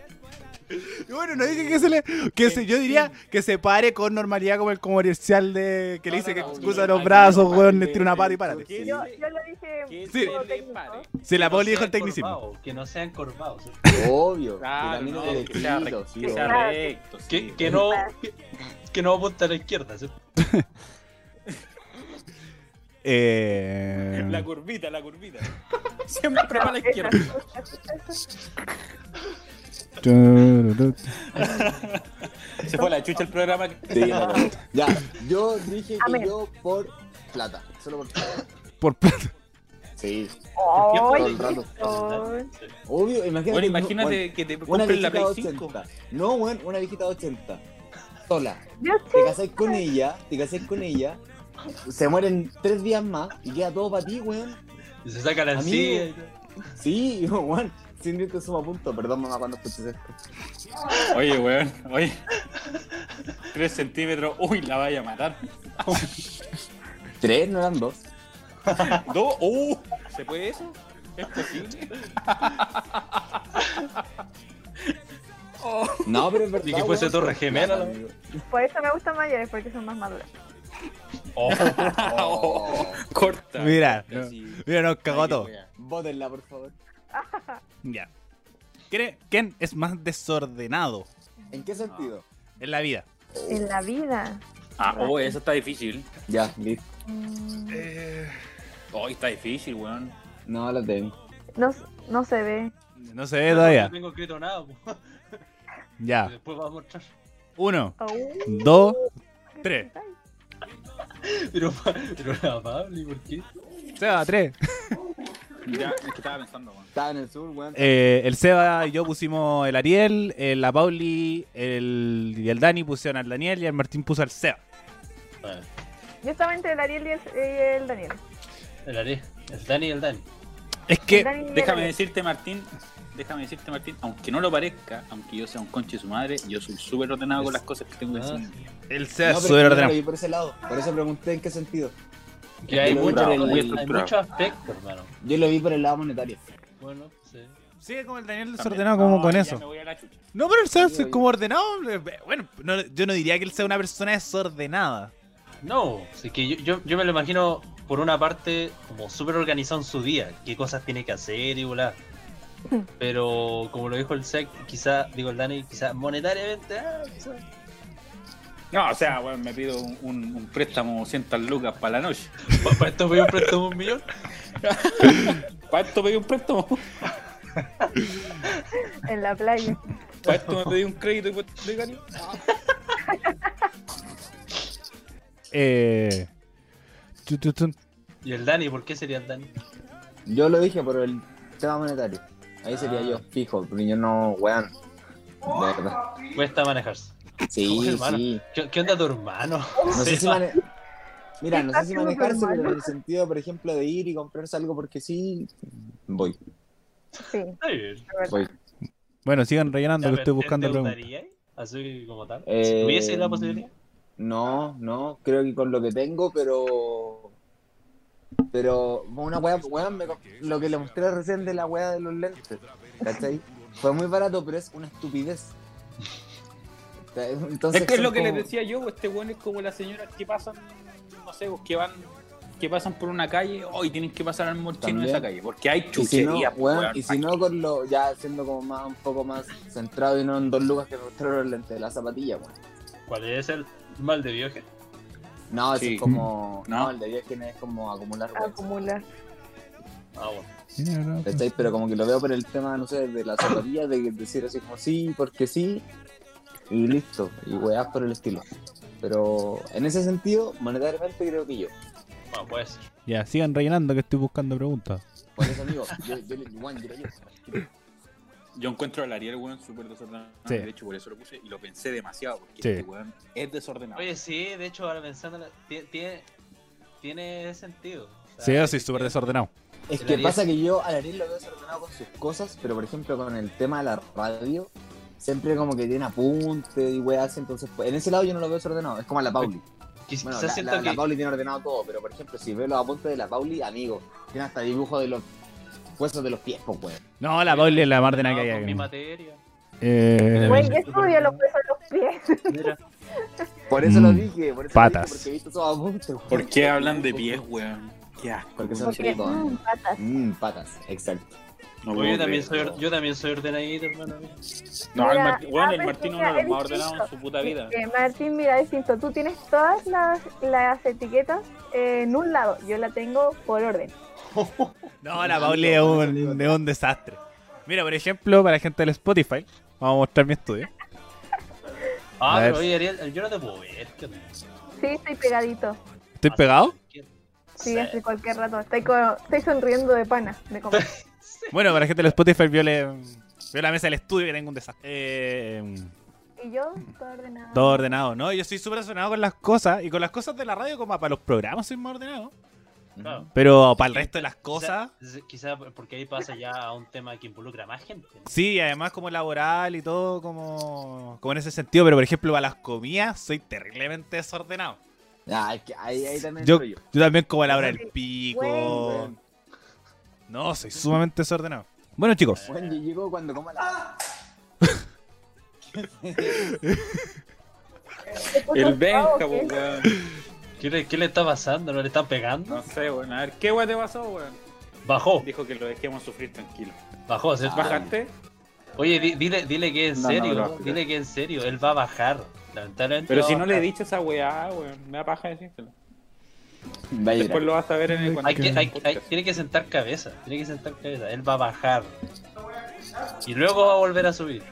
S1: Y Bueno, no dije que se le. Que se, yo diría que se pare con normalidad como el comercial de. que le
S4: No,
S1: dice
S4: no, no,
S1: que cruza
S4: no,
S1: los
S4: aquí
S1: brazos,
S4: no,
S1: weón, le
S4: párate,
S1: tira una pata y párate.
S4: porque-
S3: Yo, yo lo dije...
S4: Que
S1: Sí.
S4: se le
S3: técnico.
S4: pare.
S1: Se la
S2: Que no
S1: poli dijo
S2: sea
S1: el tecnicismo.
S2: encorvado, Que no sean encorvados.
S6: Obvio.
S4: Claro,
S6: que la mina
S4: no,
S6: de
S4: que sea
S6: vestido,
S4: recto,
S6: sí,
S4: que sea
S6: obvio.
S3: Claro.
S4: recto, sí,
S2: Que, que
S4: weón.
S2: no. Que, que no apunta a la izquierda. ¿sí?
S1: Eh.
S4: La curvita, la curvita. Siempre para la
S3: Eso,
S4: izquierda.
S3: eso, eso.
S4: Se fue a la chucha el programa.
S6: Sí, la cagó. Ya, yo dije
S3: Amén.
S6: que yo por plata. Solo por plata.
S1: Por plata.
S6: Sí.
S3: Ay,
S6: Todo el rato.
S3: Gastón.
S6: Obvio, imagínate.
S4: Bueno,
S6: bueno,
S4: imagínate que te
S6: una
S4: compren la
S6: viejita
S4: Play
S6: de
S4: 5.
S6: 80. No, weón, una viejita de 80. Sola.
S3: Yo
S6: Te
S3: sé,
S6: casás con ella, te casás con ella. Se mueren tres días más y queda todo para ti, weón.
S2: Y se saca la
S6: Amigo.
S2: silla. y-
S6: Sí, [laughs] weón. Sin Dios te suma punto. Perdón, mamá, cuando escuches esto.
S4: Oye, weón, oye. 3 centímetros. Uy, la vaya a matar.
S6: Tres, no eran dos.
S4: Dos. Uh, ¿Se puede eso? ¿Es posible?
S6: No, pero es verdad.
S2: que fuese
S6: weón.
S2: torre gemela,
S6: Claro,
S2: ¿no?
S6: amigo.
S3: por eso me gustan mayores, porque son más maduras.
S2: [laughs] Oh,
S6: Oh.
S4: Corta.
S1: Mira,
S4: corta,
S1: no.
S4: sí.
S1: Mira, nos cagó
S4: Ay,
S1: todo.
S4: qué wea.
S6: Vótenla, por favor.
S1: Ya. ¿Quién- ¿Quién es más desordenado
S6: ¿En qué sentido?
S1: en la vida?
S3: En la vida.
S4: Ah, oh, eso está difícil.
S6: Ya, listo.
S3: mm,
S4: Oh, está difícil, weón.
S6: No, la tengo.
S3: No, no se ve.
S1: No se ve todavía. Ah.
S2: No tengo escrito nada. po.
S1: Ya.
S2: Después va a mostrar.
S1: Uno,
S3: Oh,
S1: dos, tres.
S2: Pero, pero la Pablo, ¿y ¿por qué?
S1: Seba, tres.
S4: [laughs] Ya, es que estaba pensando, weón.
S6: Estaba en el sur, weón.
S1: Eh, el Seba y yo pusimos el Ariel, eh, la Pauli el, y el Dani pusieron al Daniel y el Martín puso al Seba.
S2: Vale,
S3: Yo estaba entre el Ariel y el, y el Daniel.
S2: el Ari, el Dani y el Dani.
S1: Es que
S3: El Dani y el
S4: Déjame
S3: Ariel.
S4: decirte, Martín, déjame decirte, Martín, aunque no lo parezca, aunque yo sea un conche su madre, yo soy súper ordenado con las cosas que tengo que
S2: Ah,
S4: hacer.
S1: el Seba
S6: No,
S1: es
S6: pero
S1: súper
S6: claro,
S1: ordenado.
S6: yo por ese lado. Por eso pregunté en qué sentido.
S2: Que hay,
S6: muy
S2: muchas-
S6: bravo, muy
S2: hay
S4: estructurado.
S2: muchos aspectos, hermano.
S6: Yo lo vi por el lado monetario.
S2: Bueno, sí.
S1: Sí, como el Daniel
S4: También.
S1: desordenado como
S4: No,
S1: con
S4: Ah, ya
S1: eso.
S4: me voy a la chucha.
S1: No, pero el Seba
S6: Sí,
S1: es como ordenado. eh, Bueno, no- yo no diría que él sea una persona desordenada.
S2: No, sí que yo, yo, yo me lo imagino por una parte como súper organizado en su día, qué cosas tiene que hacer y volar. Pero como lo dijo el SEC, quizá, digo el Dani, quizá monetariamente, ah, quizá.
S4: No, o sea, bueno, me pido un, un- un préstamo 100 lucas para la noche.
S2: Pa- para pues esto pedí un préstamo de un millón.
S4: ¿Para esto pedí un préstamo? [laughs]
S3: En la playa.
S4: ¿Para esto me pedí un crédito hipotecario?
S1: Eh. tu, tu, tu.
S2: Y el Dani, ¿por qué sería el Dani?
S6: Yo lo dije por el tema monetario. Ahí sería
S2: Ah.
S6: yo, fijo, porque yo no, weón. De verdad.
S2: Cuesta manejarse. Como
S6: Sí,
S2: hermano.
S6: sí.
S2: ¿Qué, qué onda tu hermano?
S6: No sé si mane- Mira, no sé si
S3: Estás como tu
S6: manejarse, pero
S3: hermano.
S6: en el sentido, por ejemplo, de ir y comprarse algo porque sí, voy,
S3: Sí,
S2: Está bien.
S3: la verdad.
S6: voy.
S1: Bueno, sigan rellenando
S2: Ya,
S1: que
S2: pero
S1: estoy
S2: ¿te-
S1: buscando
S2: te
S1: preguntas.
S2: gustaría? Así como tal.
S6: Eh,
S2: Si hubiese la posibilidad.
S6: No, no, creo que con lo que tengo, pero. Pero una weá, weón, me co- lo que le mostré recién de la weá de los lentes, ¿cachai? Fue muy barato, pero es una estupidez. Entonces,
S4: Es que es
S6: son
S4: lo que les
S6: como-
S4: decía yo, este weón es como las señoras que pasan, no sé, pues, que van que pasan por una calle hoy tienen que pasar al molchino de esa
S6: También.
S4: calle porque hay
S6: Y si no,
S4: chucherías
S6: weón,
S4: weón.
S6: y si no con lo, ya siendo como más, un poco más centrado y no en dos lucas que me mostraron los lentes de la zapatilla, weón.
S2: ¿Cuál es el mal de viaje?
S6: No, ese
S4: Sí.
S6: es como.
S4: No.
S6: Mm. No, el de Diógenes es como acumular vergüenza,
S3: acumular.
S2: Ah, bueno.
S6: ¿cachai? Pero como que lo veo por el tema, no sé, de la soberanía, de decir así como sí, porque sí, y listo, y weás por el estilo. Pero en ese sentido, monetariamente creo que yo.
S2: Bueno, puede ser.
S1: Ya, sigan rellenando que estoy buscando preguntas.
S6: Por eso, amigo, yo, yo, le- Juan, yo, le-
S4: Yo encuentro al Ariel, weón, súper desordenado.
S1: Sí.
S4: De hecho, por eso lo puse y lo pensé demasiado. Porque
S1: Sí.
S4: este weón es desordenado.
S2: Oye, sí, de hecho, ahora pensando, tiene, tiene sentido. O sea,
S1: Sí, yo soy súper desordenado.
S6: Es
S2: El
S6: que
S2: Ariel.
S6: pasa que yo al Ariel lo veo desordenado con sus cosas, pero por ejemplo con el tema de la radio, siempre como que tiene apunte y weas, así, entonces pues, en ese lado yo no lo veo desordenado, es como a la Pauli.
S2: quiz-
S6: Bueno,
S2: quizás
S6: la,
S2: siento
S6: la- la
S2: que.
S6: Pauli tiene ordenado todo, pero por ejemplo si veo los apuntes de la Pauli, amigo, tiene hasta dibujo de los huesos de los pies, pues weón.
S1: No, la Pauli es la más de
S2: no,
S1: nada que
S2: con mi
S1: hay. acá.
S2: materia.
S1: Eh,
S3: Güey, yo estudio los huesos de los pies.
S2: Mira,
S6: Por eso
S1: Mm,
S6: lo dije, por eso
S1: patas.
S6: lo dije, porque he visto esos apuntes, weón.
S4: ¿Por qué hablan de pies, weón? Qué asco.
S6: Porque son
S3: Porque, mm,
S6: tricones.
S3: patas.
S6: Mmm, patas, exacto.
S4: No
S2: oye,
S4: puedo
S2: yo también, soy,
S4: creer,
S2: or- yo también soy ordenadito, hermano. mío.
S4: No, el,
S3: Mira,
S4: Martín, weón, el
S3: ah,
S4: Martín es
S3: pero
S4: uno de los
S3: mira,
S4: más
S3: es
S4: ordenados en su puta vida.
S3: Eh, Martín, mira, es distinto. Tú tienes todas las, las etiquetas eh, en un lado. Yo la tengo por orden.
S1: No, la Pauli es un, es un desastre. Mira, por ejemplo, para la gente del Spotify, vamos a mostrar mi estudio.
S2: Ah,
S1: A
S2: pero
S1: ver.
S2: oye, Ariel, yo no te puedo ver. ¿qué onda?
S3: Sí, estoy pegadito.
S1: ¿Estoy pegado?
S3: Sí, hace cualquier rato. Estoy, co- estoy sonriendo de pana. De comer.
S1: Bueno, para la gente del Spotify, vio, le- vio la mesa del estudio que tengo un desastre. Eh,
S3: Y yo, todo ordenado.
S1: todo ordenado, ¿no? Yo soy súper ordenado con las cosas y con las cosas de la radio, como para los programas soy más ordenado.
S6: Mm.
S2: Claro.
S1: Pero para el resto de las cosas,
S2: Quizás porque ahí pasa ya a un tema que involucra más gente. ¿no?
S1: sí, además como laboral y todo, como, como en ese sentido. Pero por ejemplo, para las comidas, soy terriblemente desordenado.
S6: Ah, es que ahí, ahí también
S1: Yo,
S6: estoy
S1: yo también como a la hora del pico.
S6: Weón,
S1: No, soy sumamente desordenado. Bueno, chicos.
S6: Juan, yo llego cuando coma la...
S3: ¿Te puso asado
S4: El
S3: o
S4: Benja,
S3: qué?
S4: pues, weón.
S2: ¿Qué le, qué le está pasando? ¿No le están pegando?
S4: No sé, weón. A ver, ¿qué weón te pasó, weón?
S2: Bajó,
S4: Dijo que lo dejemos sufrir tranquilo.
S2: bajó,
S6: Ah,
S2: ¿cierto?
S4: ¿Bajaste?
S2: Oye, di- dile, dile que en
S4: Ah. No, no,
S2: serio,
S4: no, no.
S2: dile que en serio, él va a bajar. Lamentablemente.
S4: Pero
S2: va
S4: si
S2: a
S4: no le he
S2: bajar.
S4: dicho esa weá, weón. Me da paja decírtelo.
S6: Vaya,
S4: Después lo vas a ver en el
S2: Hay que,
S4: en el
S2: hay- hay-
S4: podcast.
S2: tiene que sentar cabeza, tiene que sentar cabeza. Él va a bajar. Y luego va a volver a subir.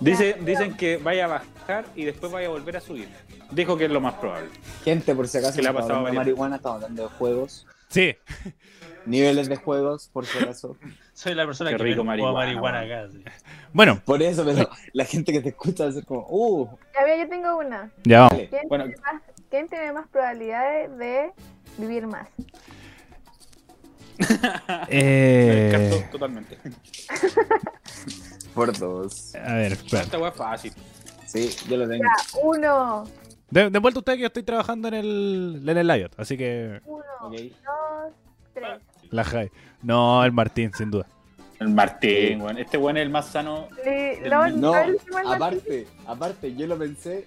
S4: Dice- dicen que vaya a bajar y después vaya a volver a subir. Dijo que es lo más probable.
S6: Gente, por si acaso,
S4: Que le ha
S6: estamos
S4: pasado
S6: hablando de
S4: varias.
S6: marihuana, estamos hablando de juegos,
S1: Sí.
S6: niveles de juegos, por si acaso.
S2: Soy la persona
S4: Qué
S2: que
S4: rico
S2: menos fuma marihuana
S4: marihuana,
S2: acá. sí.
S1: Bueno,
S6: Por eso,
S4: [laughs]
S6: pero la gente que te escucha va a ser como, uh,
S3: Ya veo, yo tengo una.
S1: ya vamos.
S6: vale.
S3: ¿Quién,
S4: Bueno.
S3: tiene más, quién tiene más probabilidades de vivir más?
S4: Lo
S1: Eh,
S4: descarto totalmente.
S6: Por dos.
S1: a ver, espera.
S4: Esta weá es fácil.
S6: Sí, yo lo tengo.
S3: Ya, Ah, uno,
S1: De, de vuelta a usted que yo estoy trabajando en el, en el layout, así que
S3: uno,
S6: Ok.
S3: dos, tres.
S1: la jai. No, el Martín, sin duda.
S4: El Martín, weón. Este weón es el más sano
S3: Li-
S4: El
S3: LOL,
S6: No,
S3: ¿sabes lo que más
S6: aparte, aparte, yo lo pensé,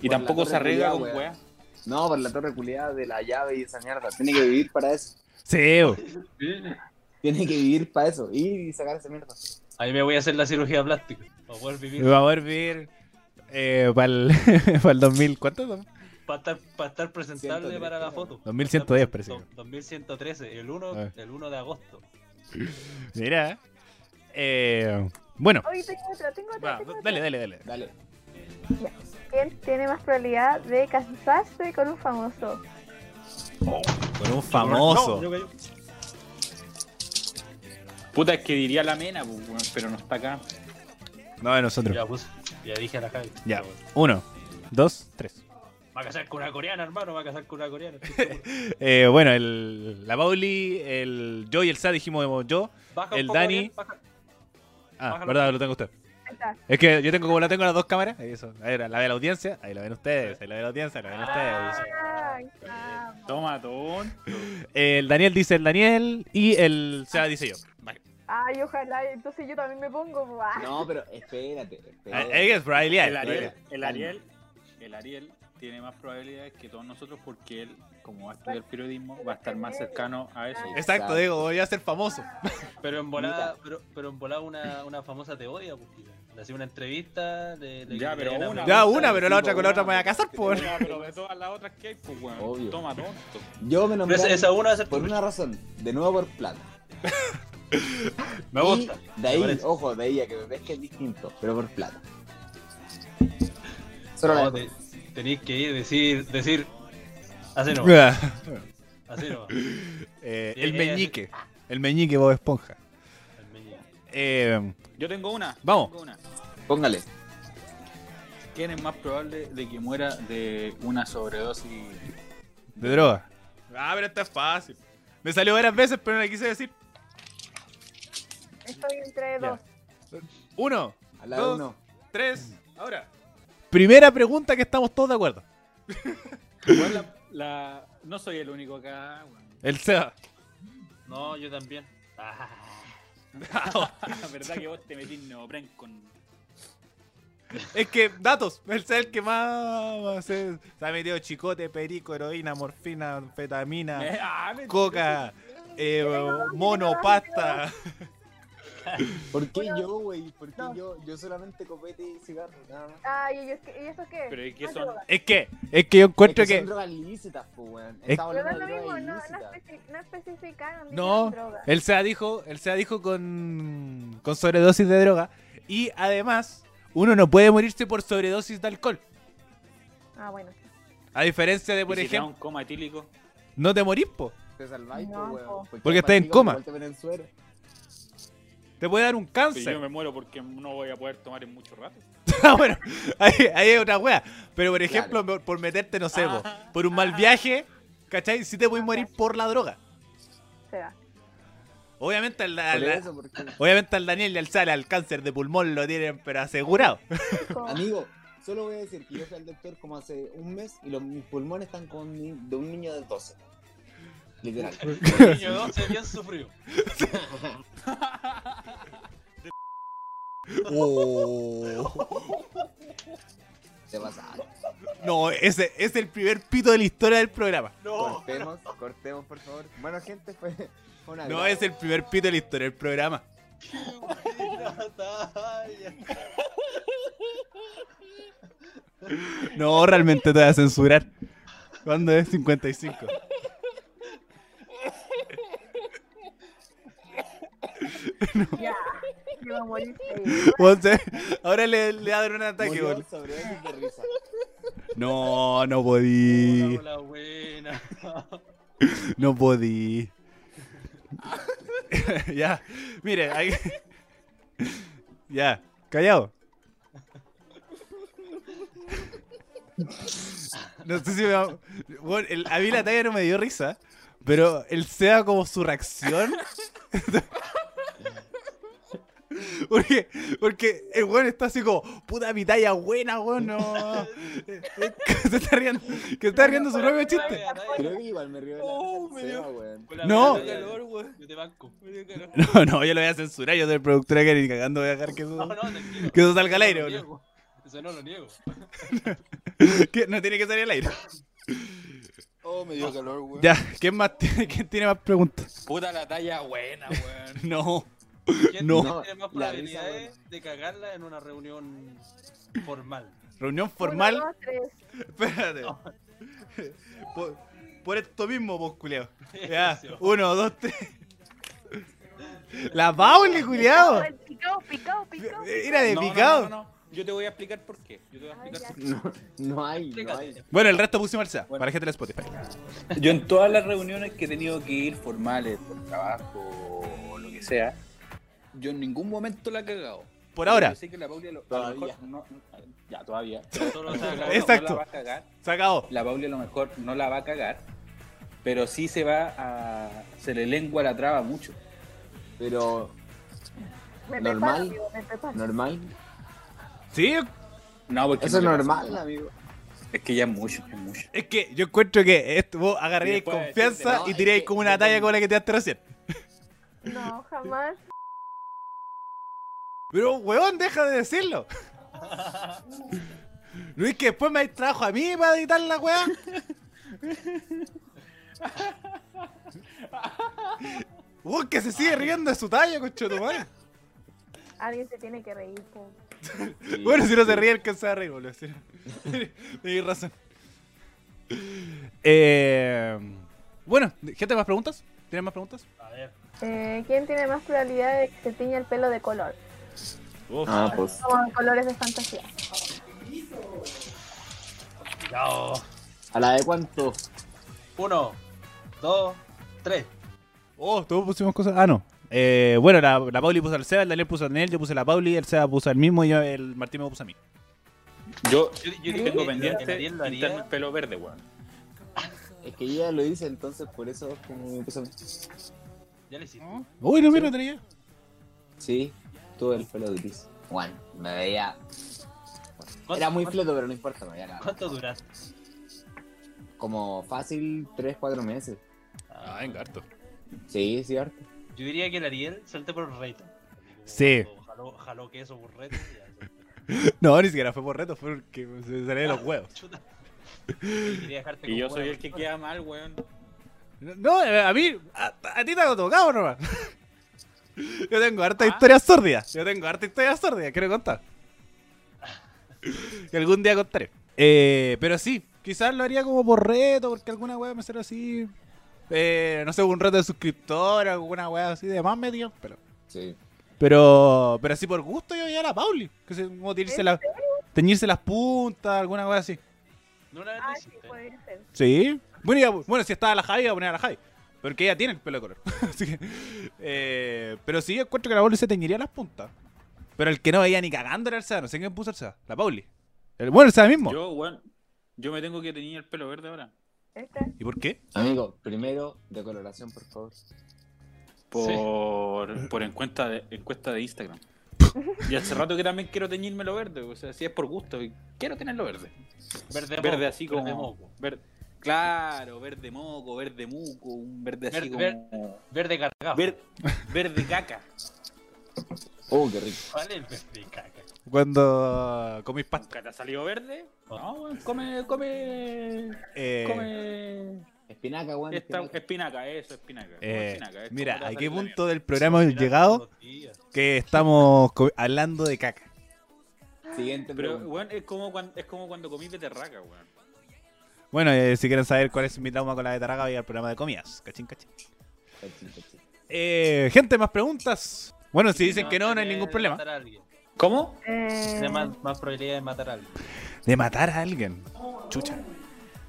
S4: y
S6: Por la
S4: tampoco se
S6: torre
S4: arregla con
S6: culiao, weón.
S4: weá.
S6: no, por la torre culiada de la llave y esa mierda. Tiene que vivir para eso.
S1: Sí, bo.
S6: Tiene que vivir para eso. Y sacar esa mierda.
S2: Ahí me voy a hacer la cirugía plástica. Para poder vivir.
S1: va a volver eh, para [laughs] el, 2000. ¿Cuánto?
S2: Para estar, para estar presentable
S6: 113,
S2: para la
S6: ¿no?
S2: foto.
S1: 2110 parece.
S2: Do- 2113, el 1,
S1: Ah.
S2: el 1 de agosto.
S1: Mira. Eh, bueno,
S3: Hoy tengo otra, tengo otra.
S1: va,
S3: tengo otra.
S1: dale, dale, dale.
S6: Dale.
S3: ¿Quién tiene más probabilidad de casarse con un famoso?
S1: Con un famoso.
S2: No, yo-
S4: Puta, es que diría la mena, pues, weón, pero no está acá.
S1: No, de nosotros.
S2: ya, puse, ya dije a la Javi.
S1: Ya. Uno, dos, tres.
S2: Va a casar con una coreana, hermano, va a casar con
S1: [laughs]
S2: una coreana.
S1: Eh, bueno, el, la Pauli, el yo y el Sa dijimos yo.
S2: Baja
S1: El
S2: un poco,
S1: Dani-
S2: Ariel, baja.
S1: Ah,
S2: Bájalo.
S1: verdad, lo tengo usted.
S3: Ahí está.
S1: Es que yo tengo como la tengo las dos cámaras, ahí eso. Ahí la la ve la audiencia, ahí la ven ustedes, ahí la ve la audiencia, ahí la ven ustedes.
S3: Ay, vamos.
S4: Toma, ton.
S1: Eh, El Daniel dice el Daniel y el Seba dice yo. Vale.
S3: Ay, ojalá, entonces yo también me pongo. guau.
S6: No, pero espérate.
S1: Ah,
S6: espérate.
S1: Es probabilidad.
S4: El Ariel, el
S6: Calma.
S4: Ariel, el Ariel tiene más probabilidades que todos nosotros porque él, como va a estudiar periodismo, va a estar más cercano a eso.
S6: Ah.
S1: Exacto, digo, voy a ser famoso.
S2: Pero en volada, pero, pero en volada una, una famosa te odia, pues, tío. Le hacía una entrevista, le, le
S4: Ya, pero
S2: le-
S4: una.
S1: Ya
S4: weón,
S1: una, pero la
S6: sí,
S1: otra
S6: po,
S1: con la otra me
S6: una.
S1: voy a casar, pues. por.
S4: Una, pero de todas las otras que hay, pues, weón.
S6: Obvio.
S4: Toma tonto.
S6: Yo me
S2: Pero
S6: nombré
S2: esa, esa una va a ser
S6: por
S2: tu-
S6: una razón, de nuevo por plata.
S2: Me gusta.
S6: Y
S2: me
S6: de ahí,
S2: parece.
S6: ojo, de ella, que me ves que es distinto, pero por plata. Solo la
S2: No, te- tenéis que ir, decir, decir. Así
S1: [laughs]
S2: no, así no.
S1: Eh,
S2: Sí,
S1: el
S2: ella-
S1: meñique. El meñique Bob Esponja. Eh,
S4: Yo tengo una.
S1: Vamos.
S4: tengo una.
S6: Póngale.
S4: ¿Quién es más probable de que muera de una sobredosis?
S1: de droga. Ah, pero esta es fácil. Me salió varias veces, pero no la quise decir.
S3: Estoy entre
S1: Ya.
S3: dos.
S1: Uno,
S6: A la
S1: Dos.
S6: uno.
S1: tres, ahora. Primera pregunta que estamos todos de acuerdo.
S4: Igual la, la- No soy el único acá, weón.
S1: El Seba.
S2: No, yo también. [laughs] Ah,
S4: [laughs] La verdad que vos te metís neopren con...
S1: Es que, datos, el Seba es el que más se, se ha metido chicote, perico, heroína, morfina, anfetamina,
S4: Ah, me-
S1: coca, eh, mono, pasta.
S6: ¿Por qué yo, güey? ¿Por qué
S3: No.
S6: yo? Yo solamente copete y cigarro, nada más.
S3: Ay, ¿y, es que- y eso qué?
S4: Pero ¿y qué
S3: Más
S4: son?
S3: droga.
S1: Es que, es que yo encuentro
S6: es que,
S1: que...
S6: son drogas ilícitas, pues, weón.
S1: Es-
S6: Estamos
S3: Pero no es
S6: hablando
S3: lo
S6: de
S3: mismo,
S6: drogas
S3: no, no,
S6: ilícitas.
S3: especi- no especificaron.
S1: No,
S3: dijeron droga.
S1: él se dijo, él se dijo con, con sobredosis de droga. Y además, uno no puede morirse por sobredosis de alcohol.
S3: Ah, bueno.
S1: A diferencia de,
S4: ¿Y
S1: por
S4: si te da
S1: ejemplo,
S4: un coma etílico?
S1: no te morís, po.
S6: Te salváis,
S3: No,
S6: pues,
S3: po.
S6: weón.
S1: Porque estás en
S6: aparte,
S1: coma.
S6: igual te ven en suero.
S1: Te puede dar un
S4: Si
S1: cáncer.
S4: yo me muero porque no voy a poder tomar en mucho [laughs] rato.
S1: [laughs] Ah, bueno, ahí, ahí es otra wea. Pero por
S6: Claro.
S1: ejemplo, por, por meterte, no sé, po,
S4: Ah.
S1: por un mal viaje, ¿cachai? Si te puedes morir por la droga.
S3: O [laughs] sea,
S1: Obviamente al,
S6: Por
S1: al-
S6: eso, porque...
S1: obviamente al Daniel y al Sala, al cáncer de pulmón lo tienen, pero asegurado.
S3: como-
S6: Amigo, solo voy a decir que yo fui al doctor como hace un mes y los, mis pulmones están con ni- de un niño de 12.
S1: [laughs]
S6: Literal.
S2: niño 12 bien sufrido.
S6: Oh. Te pasaron.
S1: [laughs] No, ese es el primer pito de la historia del programa.
S2: No.
S6: Cortemos, cortemos, por favor. Bueno, gente, fue [laughs] fue una.
S1: No, es el primer pito de la historia del
S6: [laughs]
S1: programa.
S2: buena talla.
S1: No, realmente te voy a censurar. ¿Cuándo es 55?
S3: Ya. Me voy eh. a [laughs] morir.
S1: Once. Ahora le, le va a dar un ataque,
S6: Murió
S1: bol.
S6: sobredosis de risa.
S1: No, no podí.
S2: Hola, hola, buena.
S1: No podí. [laughs] ya, mire, ahí- [laughs] Ya, callado. No sé si me va- Bueno, el- a mí la talla no me dio risa, pero el sea como su reacción. [laughs] Porque, porque el weón está así como, puta mi talla buena, weón, no. Que se está riendo, que se está riendo [laughs] su propio chiste.
S2: Buena talla.
S6: Creo que igual me río de la
S4: Oh,
S6: risa,
S4: me dio-
S6: weón.
S1: No.
S2: Me dio calor, Yo te
S6: [laughs]
S2: banco.
S1: [laughs] No, no, yo lo voy a censurar, yo soy el productor acá ni cagando voy a dejar que eso, [laughs]
S2: No, no, tranquilo.
S1: que eso salga al
S2: Eso
S1: aire,
S2: no lo
S1: boludo.
S2: niego. Eso no lo
S1: [laughs]
S2: niego.
S1: Que no tiene que salir al aire.
S6: Oh, me
S1: Ah.
S6: dio calor, weón.
S1: Ya, ¿quién más tiene, [laughs] quién tiene más preguntas?
S4: Puta la talla buena, weón.
S1: No.
S2: ¿Quién
S1: No.
S2: tiene más
S6: No, la risa,
S2: probabilidades de cagarla en una reunión formal?
S1: Reunión
S3: Uno,
S1: formal.
S3: dos, tres.
S1: [laughs] Espérate. [laughs] Por, por esto mismo, vos, culiao. Ya,
S2: Eso.
S1: uno, dos, tres. La Pauli, culiao.
S3: Picao, picao, picao.
S1: Era de
S4: No, no,
S1: picado.
S4: no, no, no. Yo te voy a explicar por qué. Yo te voy a
S3: Ay,
S4: explicar
S3: ya.
S4: por qué.
S6: No, no hay, no hay.
S2: Explícate.
S1: Bueno, el resto pusimos al SEA,
S4: Bueno.
S1: para gente de Spotify.
S4: Yo en todas las reuniones que he tenido que ir formales por trabajo o lo que sea, yo en ningún momento la he cagado.
S1: Por ahora,
S4: Yo sé que la Pauli a lo, a lo
S6: Todavía.
S4: mejor no- ya todavía.
S2: Solo
S1: [laughs]
S4: A lo
S2: se
S4: mejor
S2: haga-
S4: no-
S1: Exacto.
S4: No la va a cagar.
S1: se acabó.
S4: La Pauli a lo mejor no la va a cagar, pero sí se va a se le lengua la traba mucho.
S6: Pero,
S3: Me preparo,
S6: Normal.
S3: amigo, me preparo.
S6: normal.
S1: Sí,
S4: No, porque
S6: Eso es
S4: no le
S6: normal,
S4: pasa.
S6: amigo.
S4: Es que ya es mucho, es mucho.
S1: es que yo encuentro que esto, vos
S4: Y
S1: agarréis
S4: después
S1: confianza
S6: decirte, no,
S1: y
S6: es
S1: tiréis
S6: que-
S1: como una talla como la que te daste recién.
S3: No, jamás.
S1: Pero, weón, deja de decirlo. No es que después me trajo a mí para editar la weá. Vos que se sigue riendo de su talla, concho tu madre.
S3: Alguien se tiene que reír, pues. po.
S4: Sí.
S1: Bueno, si no se ríe, alcanza a reír, boludo. [laughs] Si no- Tienes razón. Eh, bueno, gente, ¿más preguntas? ¿Tienen más preguntas?
S2: A ver.
S3: Eh, ¿Quién tiene más probabilidad de que se tiña el pelo de color?
S1: Uf.
S6: Ah, pues.
S3: Como en colores de fantasía.
S2: Ya.
S6: ¿A la de cuánto?
S2: Uno, dos, tres.
S1: Oh, todos pusimos cosas. Ah, no. Eh, bueno, la, la Pauli puso al Seba, el Daniel puso a Daniel, yo puse a la Pauli, el Seba puso al mismo y yo- el Martín me puso a mí.
S4: Yo,
S2: Yo, yo dije
S4: tengo
S2: que
S4: pendiente
S2: Ariel lo haría.
S4: pintarme el pelo verde, weón.
S6: Es que yo ya lo hice, entonces por eso como me puse-
S2: Ya le hiciste.
S1: Uy, no, mira, no tenía.
S6: Sí, tuve el pelo gris. Bueno, me veía... Era
S2: ¿Cuánto-
S6: muy
S2: cuánto-
S6: fleto, pero no importa, me veía la-
S2: ¿Cuánto duraste?
S6: como fácil 3, 4 meses.
S2: Ah,
S1: venga, harto.
S6: Sí, sí, harto.
S2: Yo diría que el Ariel salte por el reto.
S1: Sí.
S2: Como Jaló, jaló queso por reto. y ya,
S1: [laughs]
S2: salte.
S1: No, ni siquiera fue por reto, fue porque se salía de los huevos.
S2: Chuta. Y quería dejarte
S4: [laughs] Y
S2: como
S4: yo
S2: huevo.
S4: soy el que queda mal, weón.
S1: No, eh, a mí, a, a ti te ha tocado nomás. [laughs] Yo tengo harta
S4: Ah.
S1: historia sórdida. Yo tengo harta historia sórdida, quiero [laughs] contar. Que algún día contaré. Eh, pero sí, quizás lo haría como por reto, porque alguna weá me salió así. Eh, no sé, un reto de suscriptor, alguna weá así de más medio. Pero,
S6: Sí.
S1: pero, pero así por gusto yo ya a la Pauli. Que se, como
S3: Este,
S1: teñirse, la- teñirse las puntas, alguna weá así.
S2: No una vez lo
S3: Ah, sí,
S2: hiciste.
S3: podría ser.
S1: Sí. Bueno, ya- bueno, si estaba la Javi, iba a poner a la Javi. Porque ella tiene el pelo de color. [laughs] Así que, eh, pero sí, yo encuentro que la Pauli se teñiría las puntas. Pero el que no veía ni cagando era el Seba. No sé quién puso el Seba. La Pauli. El, bueno, el Seba mismo.
S4: Yo, weón, yo me tengo que tener el pelo verde ahora.
S3: Este.
S1: ¿Y por qué?
S6: Amigo, primero, decoloración, por favor.
S4: Por, por encuesta, de, encuesta de Instagram. Y hace rato que también quiero teñírmelo verde, o sea, si es por gusto, y quiero tenerlo verde.
S2: Verde,
S4: verde
S2: moco,
S4: así como.
S2: Verde moco.
S4: verde- claro, verde moco, verde muco, un verde así
S2: Verde-
S4: como.
S2: Verde cargado.
S4: Ver-
S1: [laughs]
S4: verde caca.
S6: Oh, qué rico.
S2: ¿Cuál es el verde caca?
S1: Cuando comís pasta.
S4: ¿Nunca te ha salido verde? No, weón, come, come.
S1: Eh,
S4: Come.
S6: Espinaca, weón.
S4: Esta,
S6: espinaca.
S4: espinaca, eso, espinaca.
S1: eh,
S4: espinaca, esto no te
S1: mira,
S4: va
S1: a qué
S4: salir la
S1: punto del programa hemos llegado
S2: Todos los días.
S1: que estamos co- hablando de caca.
S6: Siguiente
S4: mierda. Pero,
S6: pregunta.
S4: weón, es como cuando, es como cuando comí beterraca, weón.
S1: Bueno, eh, si quieren saber cuál es mi trauma con la betarraga, voy al programa de comidas. Cachín, cachín.
S6: Cachín, cachín.
S1: Eh, gente, más preguntas. Bueno, si
S2: Y
S1: dicen que no, no hay
S2: tenés
S1: ningún
S2: de
S1: problema.
S2: matar a alguien.
S4: ¿Cómo?
S3: Eh,
S2: Tenés más, más probabilidad de matar a alguien.
S1: De matar a alguien. Chucha.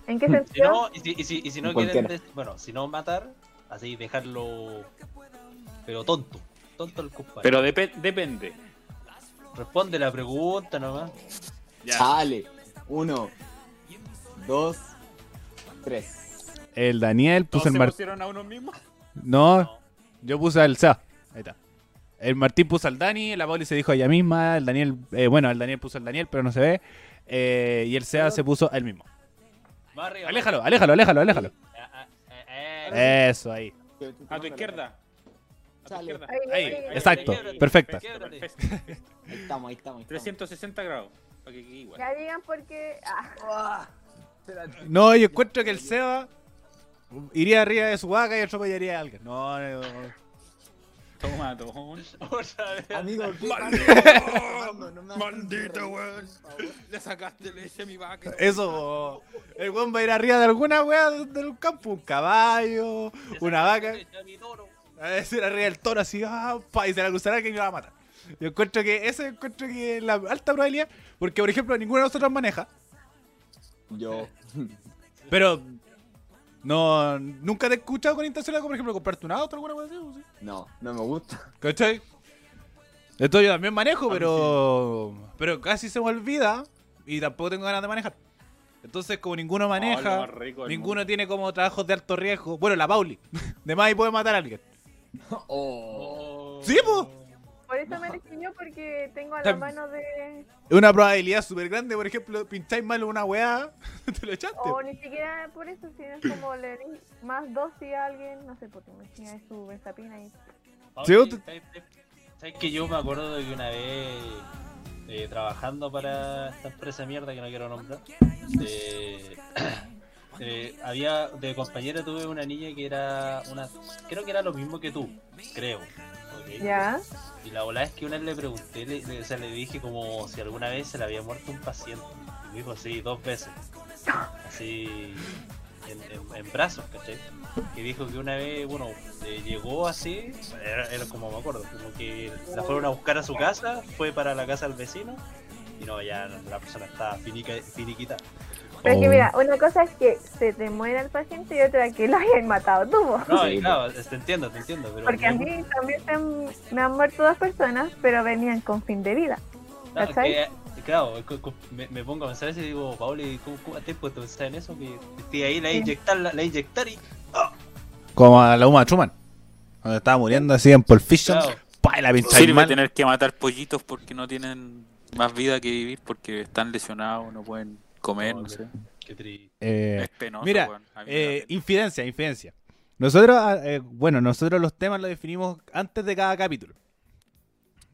S3: ¿En qué
S2: Si
S3: sentido?
S2: no, y si, y si, y si no
S6: Cualquiera.
S2: quieren. des- Bueno, si no matar, así dejarlo. Pero tonto. Tonto el compadre.
S4: Pero depe- depende.
S2: Responde la pregunta nomás.
S1: Ah,
S4: Ya.
S6: Chale. Uno, dos, tres.
S1: El Daniel
S4: ¿Todos
S1: puso
S4: se
S1: el Martín.
S4: pusieron a unos mismos?
S1: No, yo puse al Sa. Ahí está. El Martín puso al Dani, la Pauli se dijo a ella misma, el Daniel, eh, bueno, el Daniel puso al Daniel, pero no se ve. eh, y el Sea se puso a él mismo.
S2: Más arriba.
S1: Aléjalo, aléjalo, aléjalo, aléjalo.
S2: Ah, ah, eh, eh.
S1: Eso, ahí.
S4: A tu izquierda. A tu
S6: Chale.
S4: izquierda.
S3: Ay,
S1: Ahí,
S3: ay, ay,
S1: exacto.
S2: quiebre,
S1: Perfecta.
S2: quiebre.
S4: Perfecto.
S6: Ahí estamos, ahí estamos. ahí estamos.
S4: 360 grados. Para que quede igual.
S3: Ya digan por qué. Ah,
S1: No, yo encuentro que el Seba iría arriba de su vaca y atropellaría a alguien. No, no, no.
S4: Toma, toma.
S1: Eh.
S2: [laughs] Otra vez.
S6: Amigo, ¿qué
S1: [laughs]
S6: Maldito,
S4: weón. Le sacaste leche a mi vaca.
S1: Eso, el weón va a ir arriba de alguna wea del campo, un caballo, una vaca.
S2: Ya mi toro.
S1: A decir arriba del toro así, ah, pa, y se la cruzará que me va a matar. Yo encuentro que eso encuentro que es la alta probabilidad, porque por ejemplo ninguno de nosotros maneja,
S6: Yo.
S1: pero no nunca te he escuchado con intención de, por ejemplo, comprarte un auto o alguna cosa así. ¿o sí?
S6: No, no me gusta.
S1: ¿Cachai? Entonces yo también manejo, pero pero casi se me olvida y tampoco tengo ganas de manejar. Entonces como ninguno maneja, ninguno tiene como trabajos de alto riesgo. Bueno, la Pauli, [laughs] de más ahí puede matar a alguien.
S6: [laughs] Oh.
S1: Sí, po.
S3: por eso me decidió porque tengo a la
S1: Tam-
S3: mano de.
S1: Es una probabilidad súper grande, por ejemplo, pincháis mal una weá, [laughs] te lo echaste.
S3: O ni siquiera por eso, sino es como le di más dosis a alguien, no sé, porque imagina es su benzapina y.
S1: Sí,
S2: Oye,
S1: tú-
S2: ¿sabes- ¿Sabes que yo me acuerdo de que una vez eh, trabajando para esta empresa de mierda que no quiero nombrar? eh, [coughs] eh, había de compañera tuve una niña que era una creo que era lo mismo que tú creo ok.
S3: ¿Ya?
S2: Y la verdad es que una vez le pregunté, le, le- o sea, le dije como si alguna vez se le había muerto un paciente. Y me dijo, sí, dos veces. Así, en, en- en brazos, ¿cachai? Que dijo que una vez, bueno, eh, llegó así, era, era como me acuerdo, como que la fueron a buscar a su casa, fue para la casa del vecino, y no, ya la persona estaba finica, finiquita.
S3: Pero es que
S1: Oh.
S3: mira, una cosa es que se te muera el paciente y otra que lo hayan matado tú. po.
S2: No,
S6: Sí,
S2: y claro, te entiendo, te entiendo, pero...
S3: Porque a mí también se han- me han muerto dos personas, pero venían con fin de vida.
S2: Claro,
S3: ¿Cachai?
S2: que- eh, claro, es que- que me, me pongo a pensar eso y digo, Pauli, ¿cómo, cómo te has puesto a pensar en eso? Que estoy ahí, la
S3: Sí.
S2: inyectar, la, la inyectar y.
S1: Como a la Uma Truman. Cuando estaba muriendo así en Pulp Fiction.
S2: Claro.
S1: ¡pah! La pincha
S4: Sirve
S1: mal.
S4: tener que matar pollitos porque no tienen más vida que vivir porque están lesionados, no pueden comer, no
S2: Ok.
S4: sé.
S2: Qué triste.
S1: Eh,
S4: Es penoso,
S1: Mira,
S4: weón. A mí me da
S1: eh,
S4: pena.
S1: infidencia, infidencia. Nosotros, ah, eh, bueno, nosotros los temas los definimos antes de cada capítulo.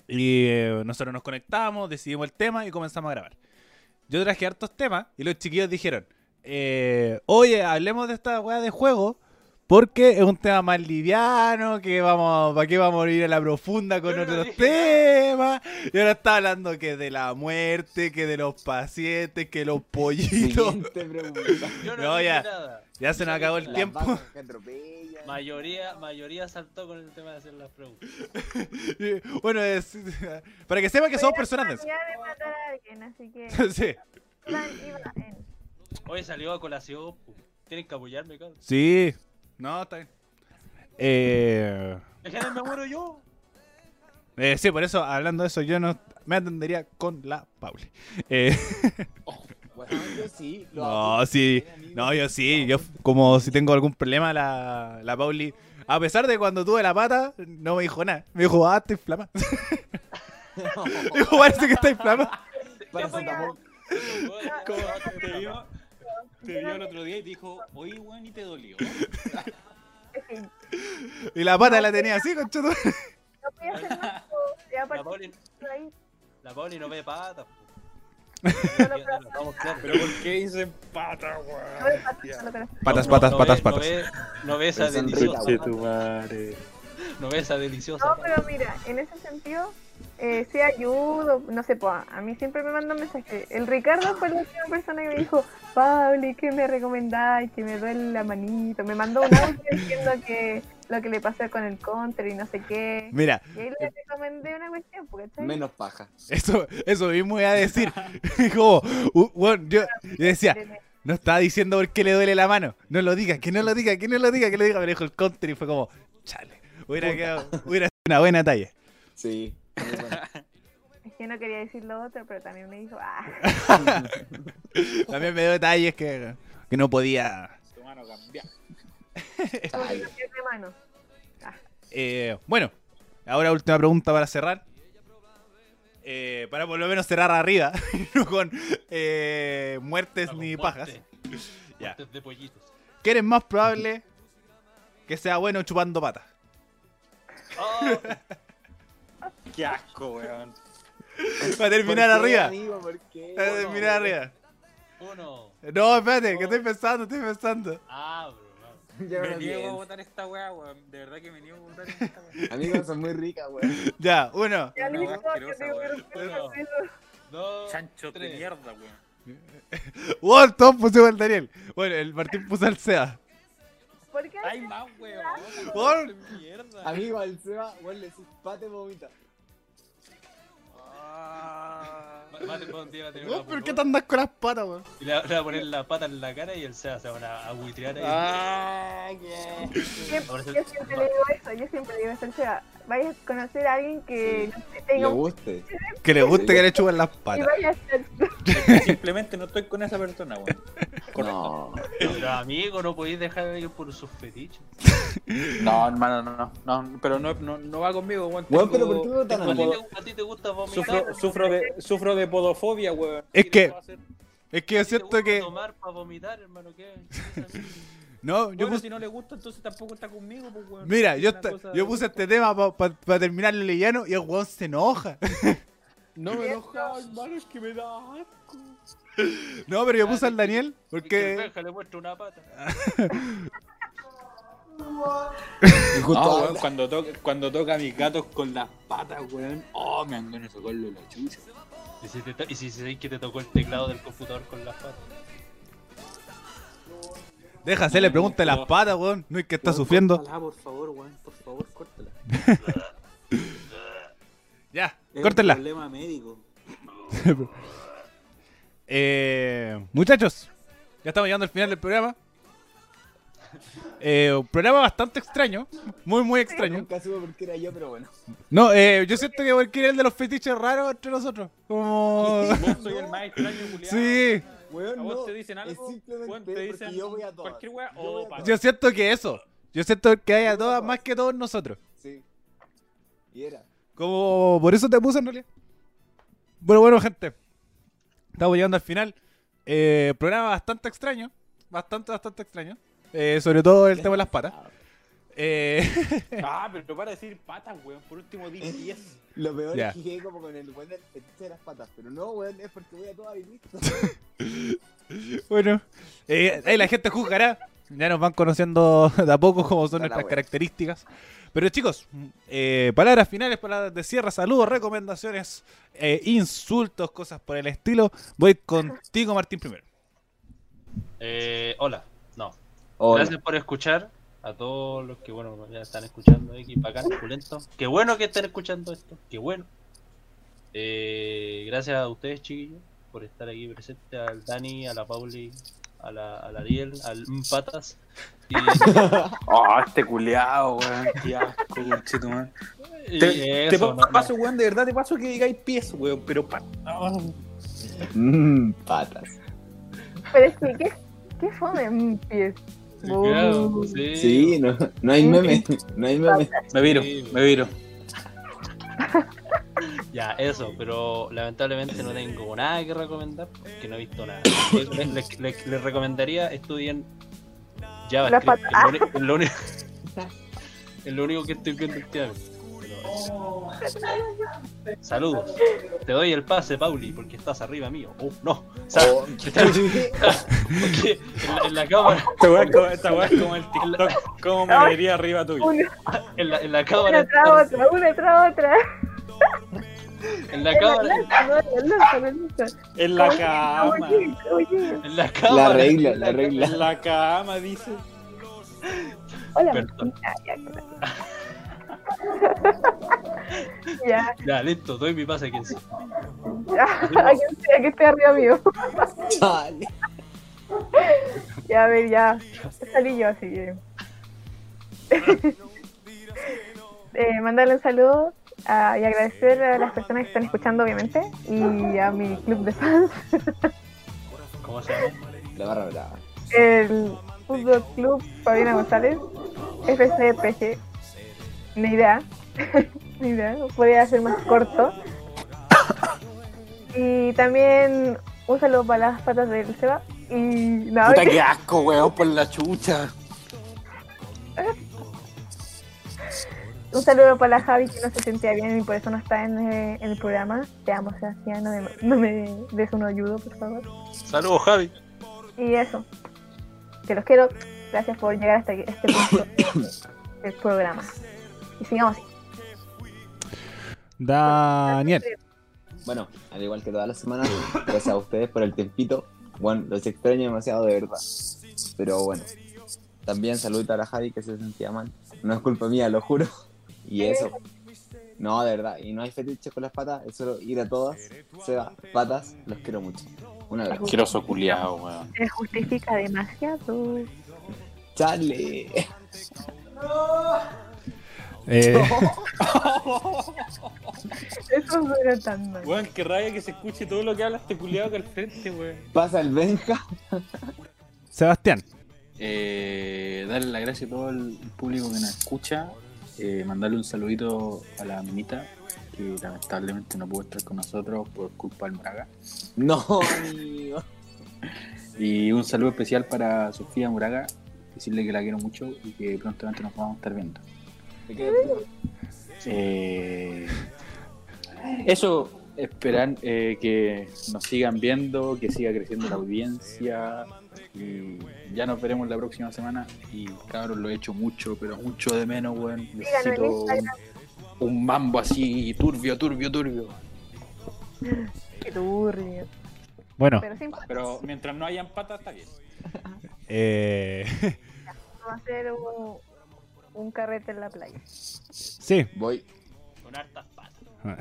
S1: Y eh, nosotros nos conectamos, decidimos el tema y comenzamos a grabar. Yo traje hartos temas y los chiquillos dijeron, eh, oye, hablemos de esta weá de juego porque es un tema más liviano, que vamos, ¿para qué vamos a ir a la profunda con
S2: Yo no
S1: otros
S2: dije
S1: temas? Y ahora está hablando que de la muerte, que de los pacientes, que
S4: [laughs]
S1: los pollitos.
S6: Siguiente pregunta.
S2: Yo no,
S1: No,
S2: dije
S1: ya.
S2: nada.
S1: Ya se nos acabó el
S2: Las
S6: Las
S1: tiempo.
S6: vacas que atropellan.
S2: Mayoría, mayoría saltó con el tema de hacer las preguntas.
S1: [laughs] Bueno, es, para que sepan que somos personas densas.
S3: Ya de matar a alguien, así que.
S1: [laughs] Sí.
S3: Iván, Iván.
S2: Hoy salió a colación. pu. Tienen que apoyarme, cabrón.
S1: Sí. No, está bien. Eh,
S2: Déjenme, me muero yo.
S1: eh, sí, por eso, hablando de eso, yo no me atendería con la Pauli. Eh,
S6: Bueno, yo Pues, sí.
S1: [laughs]
S6: lo
S1: no,
S6: hago.
S1: sí.
S6: Bien, amigo.
S1: No, yo sí. Yo, como si tengo algún problema, la, la Pauli, a pesar de cuando tuve la pata, no me dijo nada. Me dijo, ah, está inflamada. Me [laughs] dijo, parece que está inflamada.
S6: Paracetamol.
S3: Ah,
S2: ¿Cómo?
S4: [laughs]
S2: Te vio-
S4: Te vio el otro día y dijo, oye, weón, y te [laughs] dolió.
S3: Es que no
S1: Y la pata la tenía así, conchato.
S3: voy a hacer más. po. Y
S2: La
S3: aparte,
S2: Pauli,
S3: ahí,
S2: la Pauli no ve patas. pu.
S3: lo
S2: Ya, no, vamos, claro.
S4: por qué dicen pata, weón?
S3: no voy a pasar solo con eso.
S1: Patas,
S2: No,
S1: patas,
S2: no
S1: patas,
S2: ve-
S1: patas.
S2: No ve, no ve esa
S6: Pero son
S2: deliciosa.
S6: ricas,
S2: No ve esa deliciosa.
S3: No, pero mira, en ese sentido, eh, sí ayudo, no sé, pues a mí siempre me mandan mensajes. El Ricardo fue la última persona que me dijo, Pauli, ¿qué me recomendáis? Que me duele la manito. Me mandó un audio diciendo que lo que le pasó con el counter y no sé qué.
S1: Mira,
S3: Y ahí le recomendé una cuestión, porque
S6: Menos paja.
S1: Eso, eso mismo iba a decir. [laughs] Como, u- weón, yo, yo decía, no estaba diciendo por qué le duele la mano. No lo diga, que no lo diga, que no lo diga, que lo diga. Me dijo el counter y fue como, chale, hubiera quedado, hubiera sido una buena talla.
S6: Sí. muy bueno.
S3: Es que no quería decir lo otro, pero también me dijo, ah,
S1: También me dio detalles que, que no podía.
S4: Tu mano cambia.
S3: [laughs] como que
S6: Ay,
S3: cambiar de mano.
S1: Eh, bueno, ahora última pregunta para cerrar. Eh, para por lo menos cerrar arriba, [laughs] no con eh, muertes
S2: Vamos,
S1: ni
S2: muerte.
S1: pajas. Ya.
S2: Muertes de pollitos.
S1: ¿Qué eres más probable que sea bueno chupando patas?
S6: [laughs]
S2: Oh,
S4: Qué asco, weón.
S1: Para terminar
S6: ¿por qué,
S1: arriba.
S6: amigo? ¿Por qué?
S1: Para terminar arriba.
S2: uno.
S1: Eh, No, espérate, que estoy pensando, estoy pensando.
S2: Ah, bro.
S6: Ya me
S4: Me
S6: lo
S4: niego a
S6: pienso.
S4: votar esta weá, weón. De verdad que me niego a votar esta weá.
S6: Amigos, son muy ricas,
S1: [laughs]
S6: weón.
S1: Ya, uno.
S3: Ya
S4: Una
S3: listo,
S4: asquerosa,
S3: yo tengo que
S4: weón.
S3: romper
S2: Bueno.
S3: con eso.
S2: Dos.
S4: [laughs] Chancho de
S2: tres.
S4: mierda, weón.
S1: Wow, todos pusimos al Daniel. Bueno, el Martín puso al Seba.
S3: ¿Por qué?
S4: Hay más, weón. [laughs]
S1: Weón.
S4: de mierda.
S6: Amigo, al Seba, weón, le decís pate vomita.
S4: Ah.
S2: Ma- Mate, un día va a tener
S1: Weón,
S2: una
S1: ¿Por qué te
S2: pulgón.
S1: andas con las patas, weón?
S2: Y le, le va a poner la pata en la cara y el Seba se van a buitrear ahí.
S4: Ah, qué.
S2: Ahora sí.
S3: Siempre- Yo siempre le digo eso, yo siempre le digo eso, o sea, vayas a conocer a alguien que no sé,
S6: Le
S3: tenga un...
S6: guste.
S1: Que le guste que le chupen las
S3: Y
S1: patas.
S3: vaya a ser...
S4: Simplemente no estoy con esa persona, weón.
S6: No.
S2: Pero amigo, no podéis dejar a alguien por sus fetiches.
S4: No, hermano, no, no, no, pero no, no, no va conmigo, weón.
S6: Weón,
S4: Tengo-
S6: pero ¿por qué no tan
S2: ¿A ti,
S4: Como-
S6: amigo?
S2: te, a ti te gusta vomitar?
S4: Sufro, sufro, de, sufro de podofobia, weón.
S1: Es
S4: ¿Qué
S1: que-
S4: le puedo hacer?
S1: Es que yo siento que.
S2: tomar para vomitar, hermano? ¿Qué?
S1: No, yo
S4: Bueno,
S1: puse.
S4: si no le gusta, entonces tampoco está conmigo, pues, weón.
S1: Mira,
S4: Es
S1: yo,
S4: una
S1: esta-
S4: cosa-
S1: yo puse este tema para terminarlo leyano y el weón se enoja.
S4: No me enojas, hermano, es que me da asco.
S1: No, pero yo puse al Daniel
S2: Porque...
S1: porque.
S2: le muestra una pata.
S6: Y
S1: Ah,
S6: justo
S7: No,
S6: ahora-
S7: weón, cuando, to- cuando toca a mis gatos con las patas, weón. Oh, me han ganado sacarlo de la chucha.
S2: Y si, te to- y si sabéis que te tocó el teclado del computador con las patas.
S1: Deja hacerle pregunta de las patas, weón. No es que está sufriendo.
S7: Córtala, por favor, weón. Por favor, córtala.
S1: [laughs] Ya,
S7: Es un
S1: córtenla.
S7: problema médico.
S1: Eh, muchachos, ya estamos llegando al final del programa. Eh, un programa bastante extraño. Muy, muy extraño.
S6: Nunca supe por qué era yo, pero bueno.
S1: No, eh, yo siento que cualquier era el de los fetiches raros entre nosotros. [laughs] Como.
S4: Vos soy el más extraño, culiado.
S1: Sí,
S6: [laughs] Weón,
S4: ¿A vos
S6: no,
S4: te dicen algo?
S6: Es simplemente
S4: Weón, te
S6: porque
S4: dicen
S6: yo voy a todas.
S4: cualquier wea,
S6: Yo
S4: oh,
S6: voy a
S4: pa.
S6: todas.
S1: yo siento que eso. Yo siento que hay a todas más que todos nosotros.
S6: Sí. Y era.
S1: Como por eso te puse en realidad. Bueno, bueno, gente. Estamos llegando al final. Eh, programa bastante extraño. Bastante, bastante extraño. Eh, sobre todo el tema de las patas. Eh,
S4: Ah, pero para decir patas, weón. Por último, di pies.
S6: Lo peor
S1: Ya.
S6: es que llegué como con el weón del fetiche de las patas, pero no, weón, es porque voy a todas y listo.
S1: bueno. Eh, ahí la gente juzgará. Ya nos van conociendo de a poco cómo son
S6: Está la
S1: nuestras
S6: wea.
S1: características. Pero chicos, eh, palabras finales, palabras de cierre, saludos, recomendaciones, eh, insultos, cosas por el estilo. Voy contigo, Martín, primero.
S2: Eh, hola, no.
S6: [laughs] Hola.
S2: Gracias por escuchar a todos los que bueno ya están escuchando aquí bacán, pulento. Qué bueno que estén escuchando esto, qué bueno. Eh, gracias a ustedes chiquillos por estar aquí presentes, al Dani, a la Pauli, a la, a la Ariel, al M Patas.
S7: [laughs]
S2: Y,
S7: Oh, este culeado, [laughs] weón. Qué asco, conchetumare.
S2: y
S7: Te, te
S2: eso,
S7: pa-
S2: no- no.
S7: paso, weón, de verdad te paso que digáis pies, weón, pero pa- no.
S6: Mmm, patas.
S3: Pero es que, ¿qué, qué fome? Mm, pies.
S2: Claro,
S3: Uh,
S2: sí.
S6: Sí, no, no hay meme, no hay [laughs] meme.
S7: Me viro,
S2: Sí.
S7: me viro.
S2: Ya, eso, pero lamentablemente no tengo nada que recomendar porque no he visto
S6: [laughs]
S2: nada. Les, les- les- les recomendaría estudien JavaScript.
S3: La pat-
S2: Es lo, uni- es lo
S3: [laughs]
S2: único, es lo único que estoy viendo últimamente. Pero
S3: Oh.
S2: eso. Saludos. Te doy el pase, Pauli, porque estás arriba mío. Oh, no.
S6: [laughs]
S2: Sa-
S6: Oh, ¿qué?
S2: [laughs] porque en, la, en la cámara,
S4: Esta wea es como- esta wea es como el TikTok. ¿Cómo me vería arriba tuyo?
S3: Una,
S2: en la, en la
S3: una
S2: cámara,
S3: tras otra, una tras otra.
S2: en la cámara,
S3: Lanza, lanza, lanza.
S4: En la
S3: Oye,
S4: cama.
S3: Oye, oye.
S2: en la cámara.
S6: La regla, la [laughs] regla.
S4: En la cama, dice.
S3: Hola,
S2: Perdón.
S3: Martina. Ya, claro.
S2: [laughs]
S3: ya, [laughs]
S2: Ya, listo, doy mi pase aquí encima.
S3: ya. [laughs] Aquí estoy, aquí estoy arriba mío.
S6: Chale.
S3: Ya, a ver, ya. Salí yo así. eh. [laughs] eh, mandarle un saludo ah, y agradecer a las personas que están escuchando, obviamente, y a mi club de fans,
S2: ¿Cómo se llama?
S6: La barra brava.
S3: el Fútbol Club Fabiana González, FCPG. Ni idea, [laughs] ni idea, podría ser más corto. Y también un saludo para las patas del Seba. Y nada,
S7: Puta, qué asco, weón, por la chucha.
S3: Un saludo para la Javi que no se sentía bien y por eso no está en, eh, en el programa. Te amo, Sebastián. No me, no me des un ayudo, por favor.
S2: Saludos, Javi.
S3: Y eso. Que los quiero. Gracias por llegar hasta aquí- este punto del programa. Y sigamos. así.
S1: Daniel.
S6: Bueno, al igual que todas las semanas, gracias a ustedes por el tiempito. Bueno, los extraño demasiado de verdad. Pero bueno, también saludito a la Javi que se sentía mal. No es culpa mía, lo juro. Y eso. No, de verdad. Y no hay fetiche con las patas, es solo ir a todas. Seba, patas, los quiero mucho. Un abrazo.
S7: Asqueroso culiado, weón.
S3: Se justifica demasiado.
S6: Chale.
S1: [laughs] Eh,
S3: Eso suena tan mal.
S4: Weón, qué rabia que se escuche todo lo que habla este culiado que al frente, weón.
S6: Pasa el Benja.
S1: Sebastián.
S7: Eh, darle las gracias a todo el público que nos escucha. eh, mandarle un saludito a la minita, que lamentablemente no pudo estar con nosotros por culpa del Moraga.
S6: No, amigo.
S7: Y un saludo especial para Sofía Moraga, decirle que la quiero mucho y que prontamente nos vamos a estar viendo.
S6: Me quedo-
S7: Eh, eso, esperan eh, que nos sigan viendo, que siga creciendo la audiencia,
S4: Y ya nos veremos la próxima semana. Y cabrón, lo he hecho mucho, pero mucho de menos, weón. Necesito
S3: en
S4: un,
S3: Instagram.
S4: un mambo así turbio, turbio, turbio.
S3: Qué turbio.
S1: Bueno,
S3: Pero sin patas.
S4: Pero mientras no hayan patas, está bien.
S1: eh, [laughs]
S3: Va a ser un, un carrete en la playa.
S1: sí.
S6: Voy.
S2: Con hartas patas.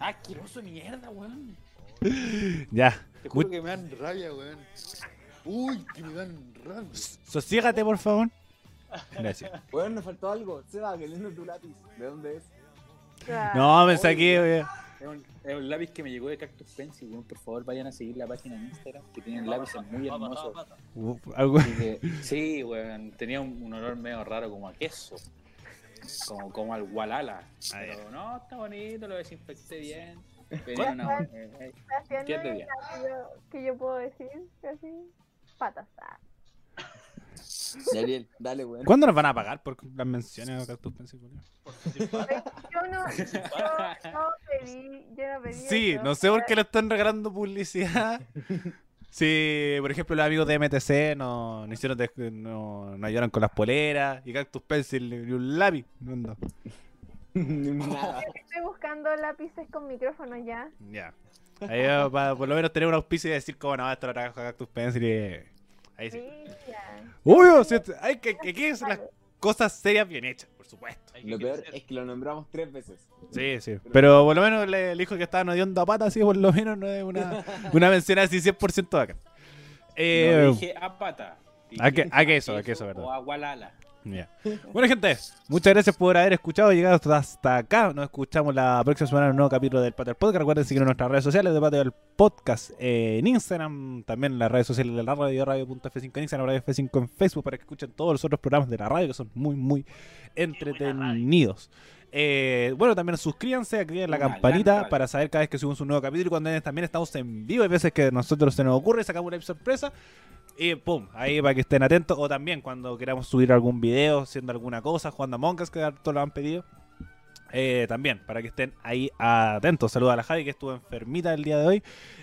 S4: Asqueroso mierda, weón.
S1: Ya.
S4: Te juro
S1: Mu-
S4: que me dan rabia, weón. Uy, que me dan rabia.
S1: Sosiégate, por favor. Gracias.
S6: Bueno, nos faltó algo. Seba, que lindo tu lápiz. ¿De dónde es?
S3: O sea,
S1: No, eh, me saqué. weón.
S4: Es un, es un eh, lápiz que me llegó de Cactus Pencil, weón. Por favor, vayan a seguir la página en Instagram, que tienen lápices muy
S2: Va a matar
S4: hermosos.
S2: patas.
S1: Uh, algo-
S4: Así que, sí, weón. Tenía un, un olor medio raro como a queso. Como, como al walala.
S1: Ah, ya.
S4: Pero no, está bonito, lo desinfecté bien. Tenía una, eh, eh,
S3: Gracias,
S4: ¿Qué
S3: no
S4: te
S3: hay
S4: digo?
S3: nada que yo, que yo puedo decir casi patas. Ah,
S6: Daniel, dale, weón.
S1: ¿Cuándo nos van a pagar por las menciones de Cactus Pencil, weón?
S3: Yo no, yo no pedí, yo no pedí.
S1: Sí,
S3: eso.
S1: no sé por qué le están regalando [laughs] publicidad. Sí, por ejemplo, los amigos de MTC no, no hicieron des- no, no ayudaron con las poleras y Cactus Pencil y un lápiz. No, no.
S6: Nada.
S3: Estoy buscando lápices con micrófono ya.
S1: Ya. Ahí va, para por lo menos tener un auspicio y decir cómo no, esto lo trajo Cactus Pencil y... Ahí sí.
S3: Mira.
S1: Obvio, sí, este, hay que, que aquí son las cosas serias bien hechas, por supuesto.
S2: Hay que
S6: Lo peor
S2: crecer.
S6: es que lo nombramos tres veces.
S1: Sí, sí. Pero por lo menos le, el hijo que estaba nodiendo a pata, así que por lo menos no es una, una mención así 100% acá. Eh,
S4: no dije a pata. dije "Oh,
S1: ¿A qué- a Ah, queso, a queso, verdad.
S4: O a walala.
S1: Ya. Bueno, gente, muchas gracias por haber escuchado, llegado hasta- hasta acá. Nos escuchamos la próxima semana en un nuevo capítulo del Patio del Podcast. Recuerden seguir en nuestras redes sociales de Patio del Podcast eh, en Instagram, también en las redes sociales de la radio, radio.f5 en Instagram, radio F5 en Facebook, para que escuchen todos los otros programas de la radio que son muy, muy entretenidos. Eh, bueno, también suscríbanse, activen la
S4: Una
S1: campanita
S4: gran radio.
S1: para saber cada vez que subimos un nuevo capítulo y cuando también estamos en vivo. Hay veces que a nosotros se nos ocurre, sacamos una sorpresa y pum, ahí para que estén atentos. O también cuando queramos subir algún video, haciendo alguna cosa, jugando a Monkas, que harto lo han pedido. Eh, también, para que estén ahí atentos. Saludos a la Javi que estuvo enfermita el día de hoy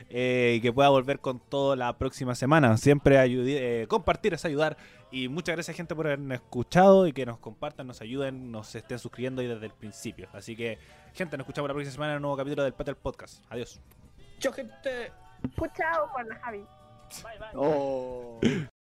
S1: eh, y que pueda volver con todo la próxima semana. Siempre ayudi- eh, compartir es ayudar. Y muchas gracias, gente, por habernos escuchado y que nos compartan, nos ayuden, nos estén suscribiendo ahí desde el principio. Así que, gente, nos escuchamos la próxima semana en un nuevo capítulo del Patel Podcast. Adiós.
S4: Chau, gente.
S3: Escuchado por la Javi.
S6: Oh.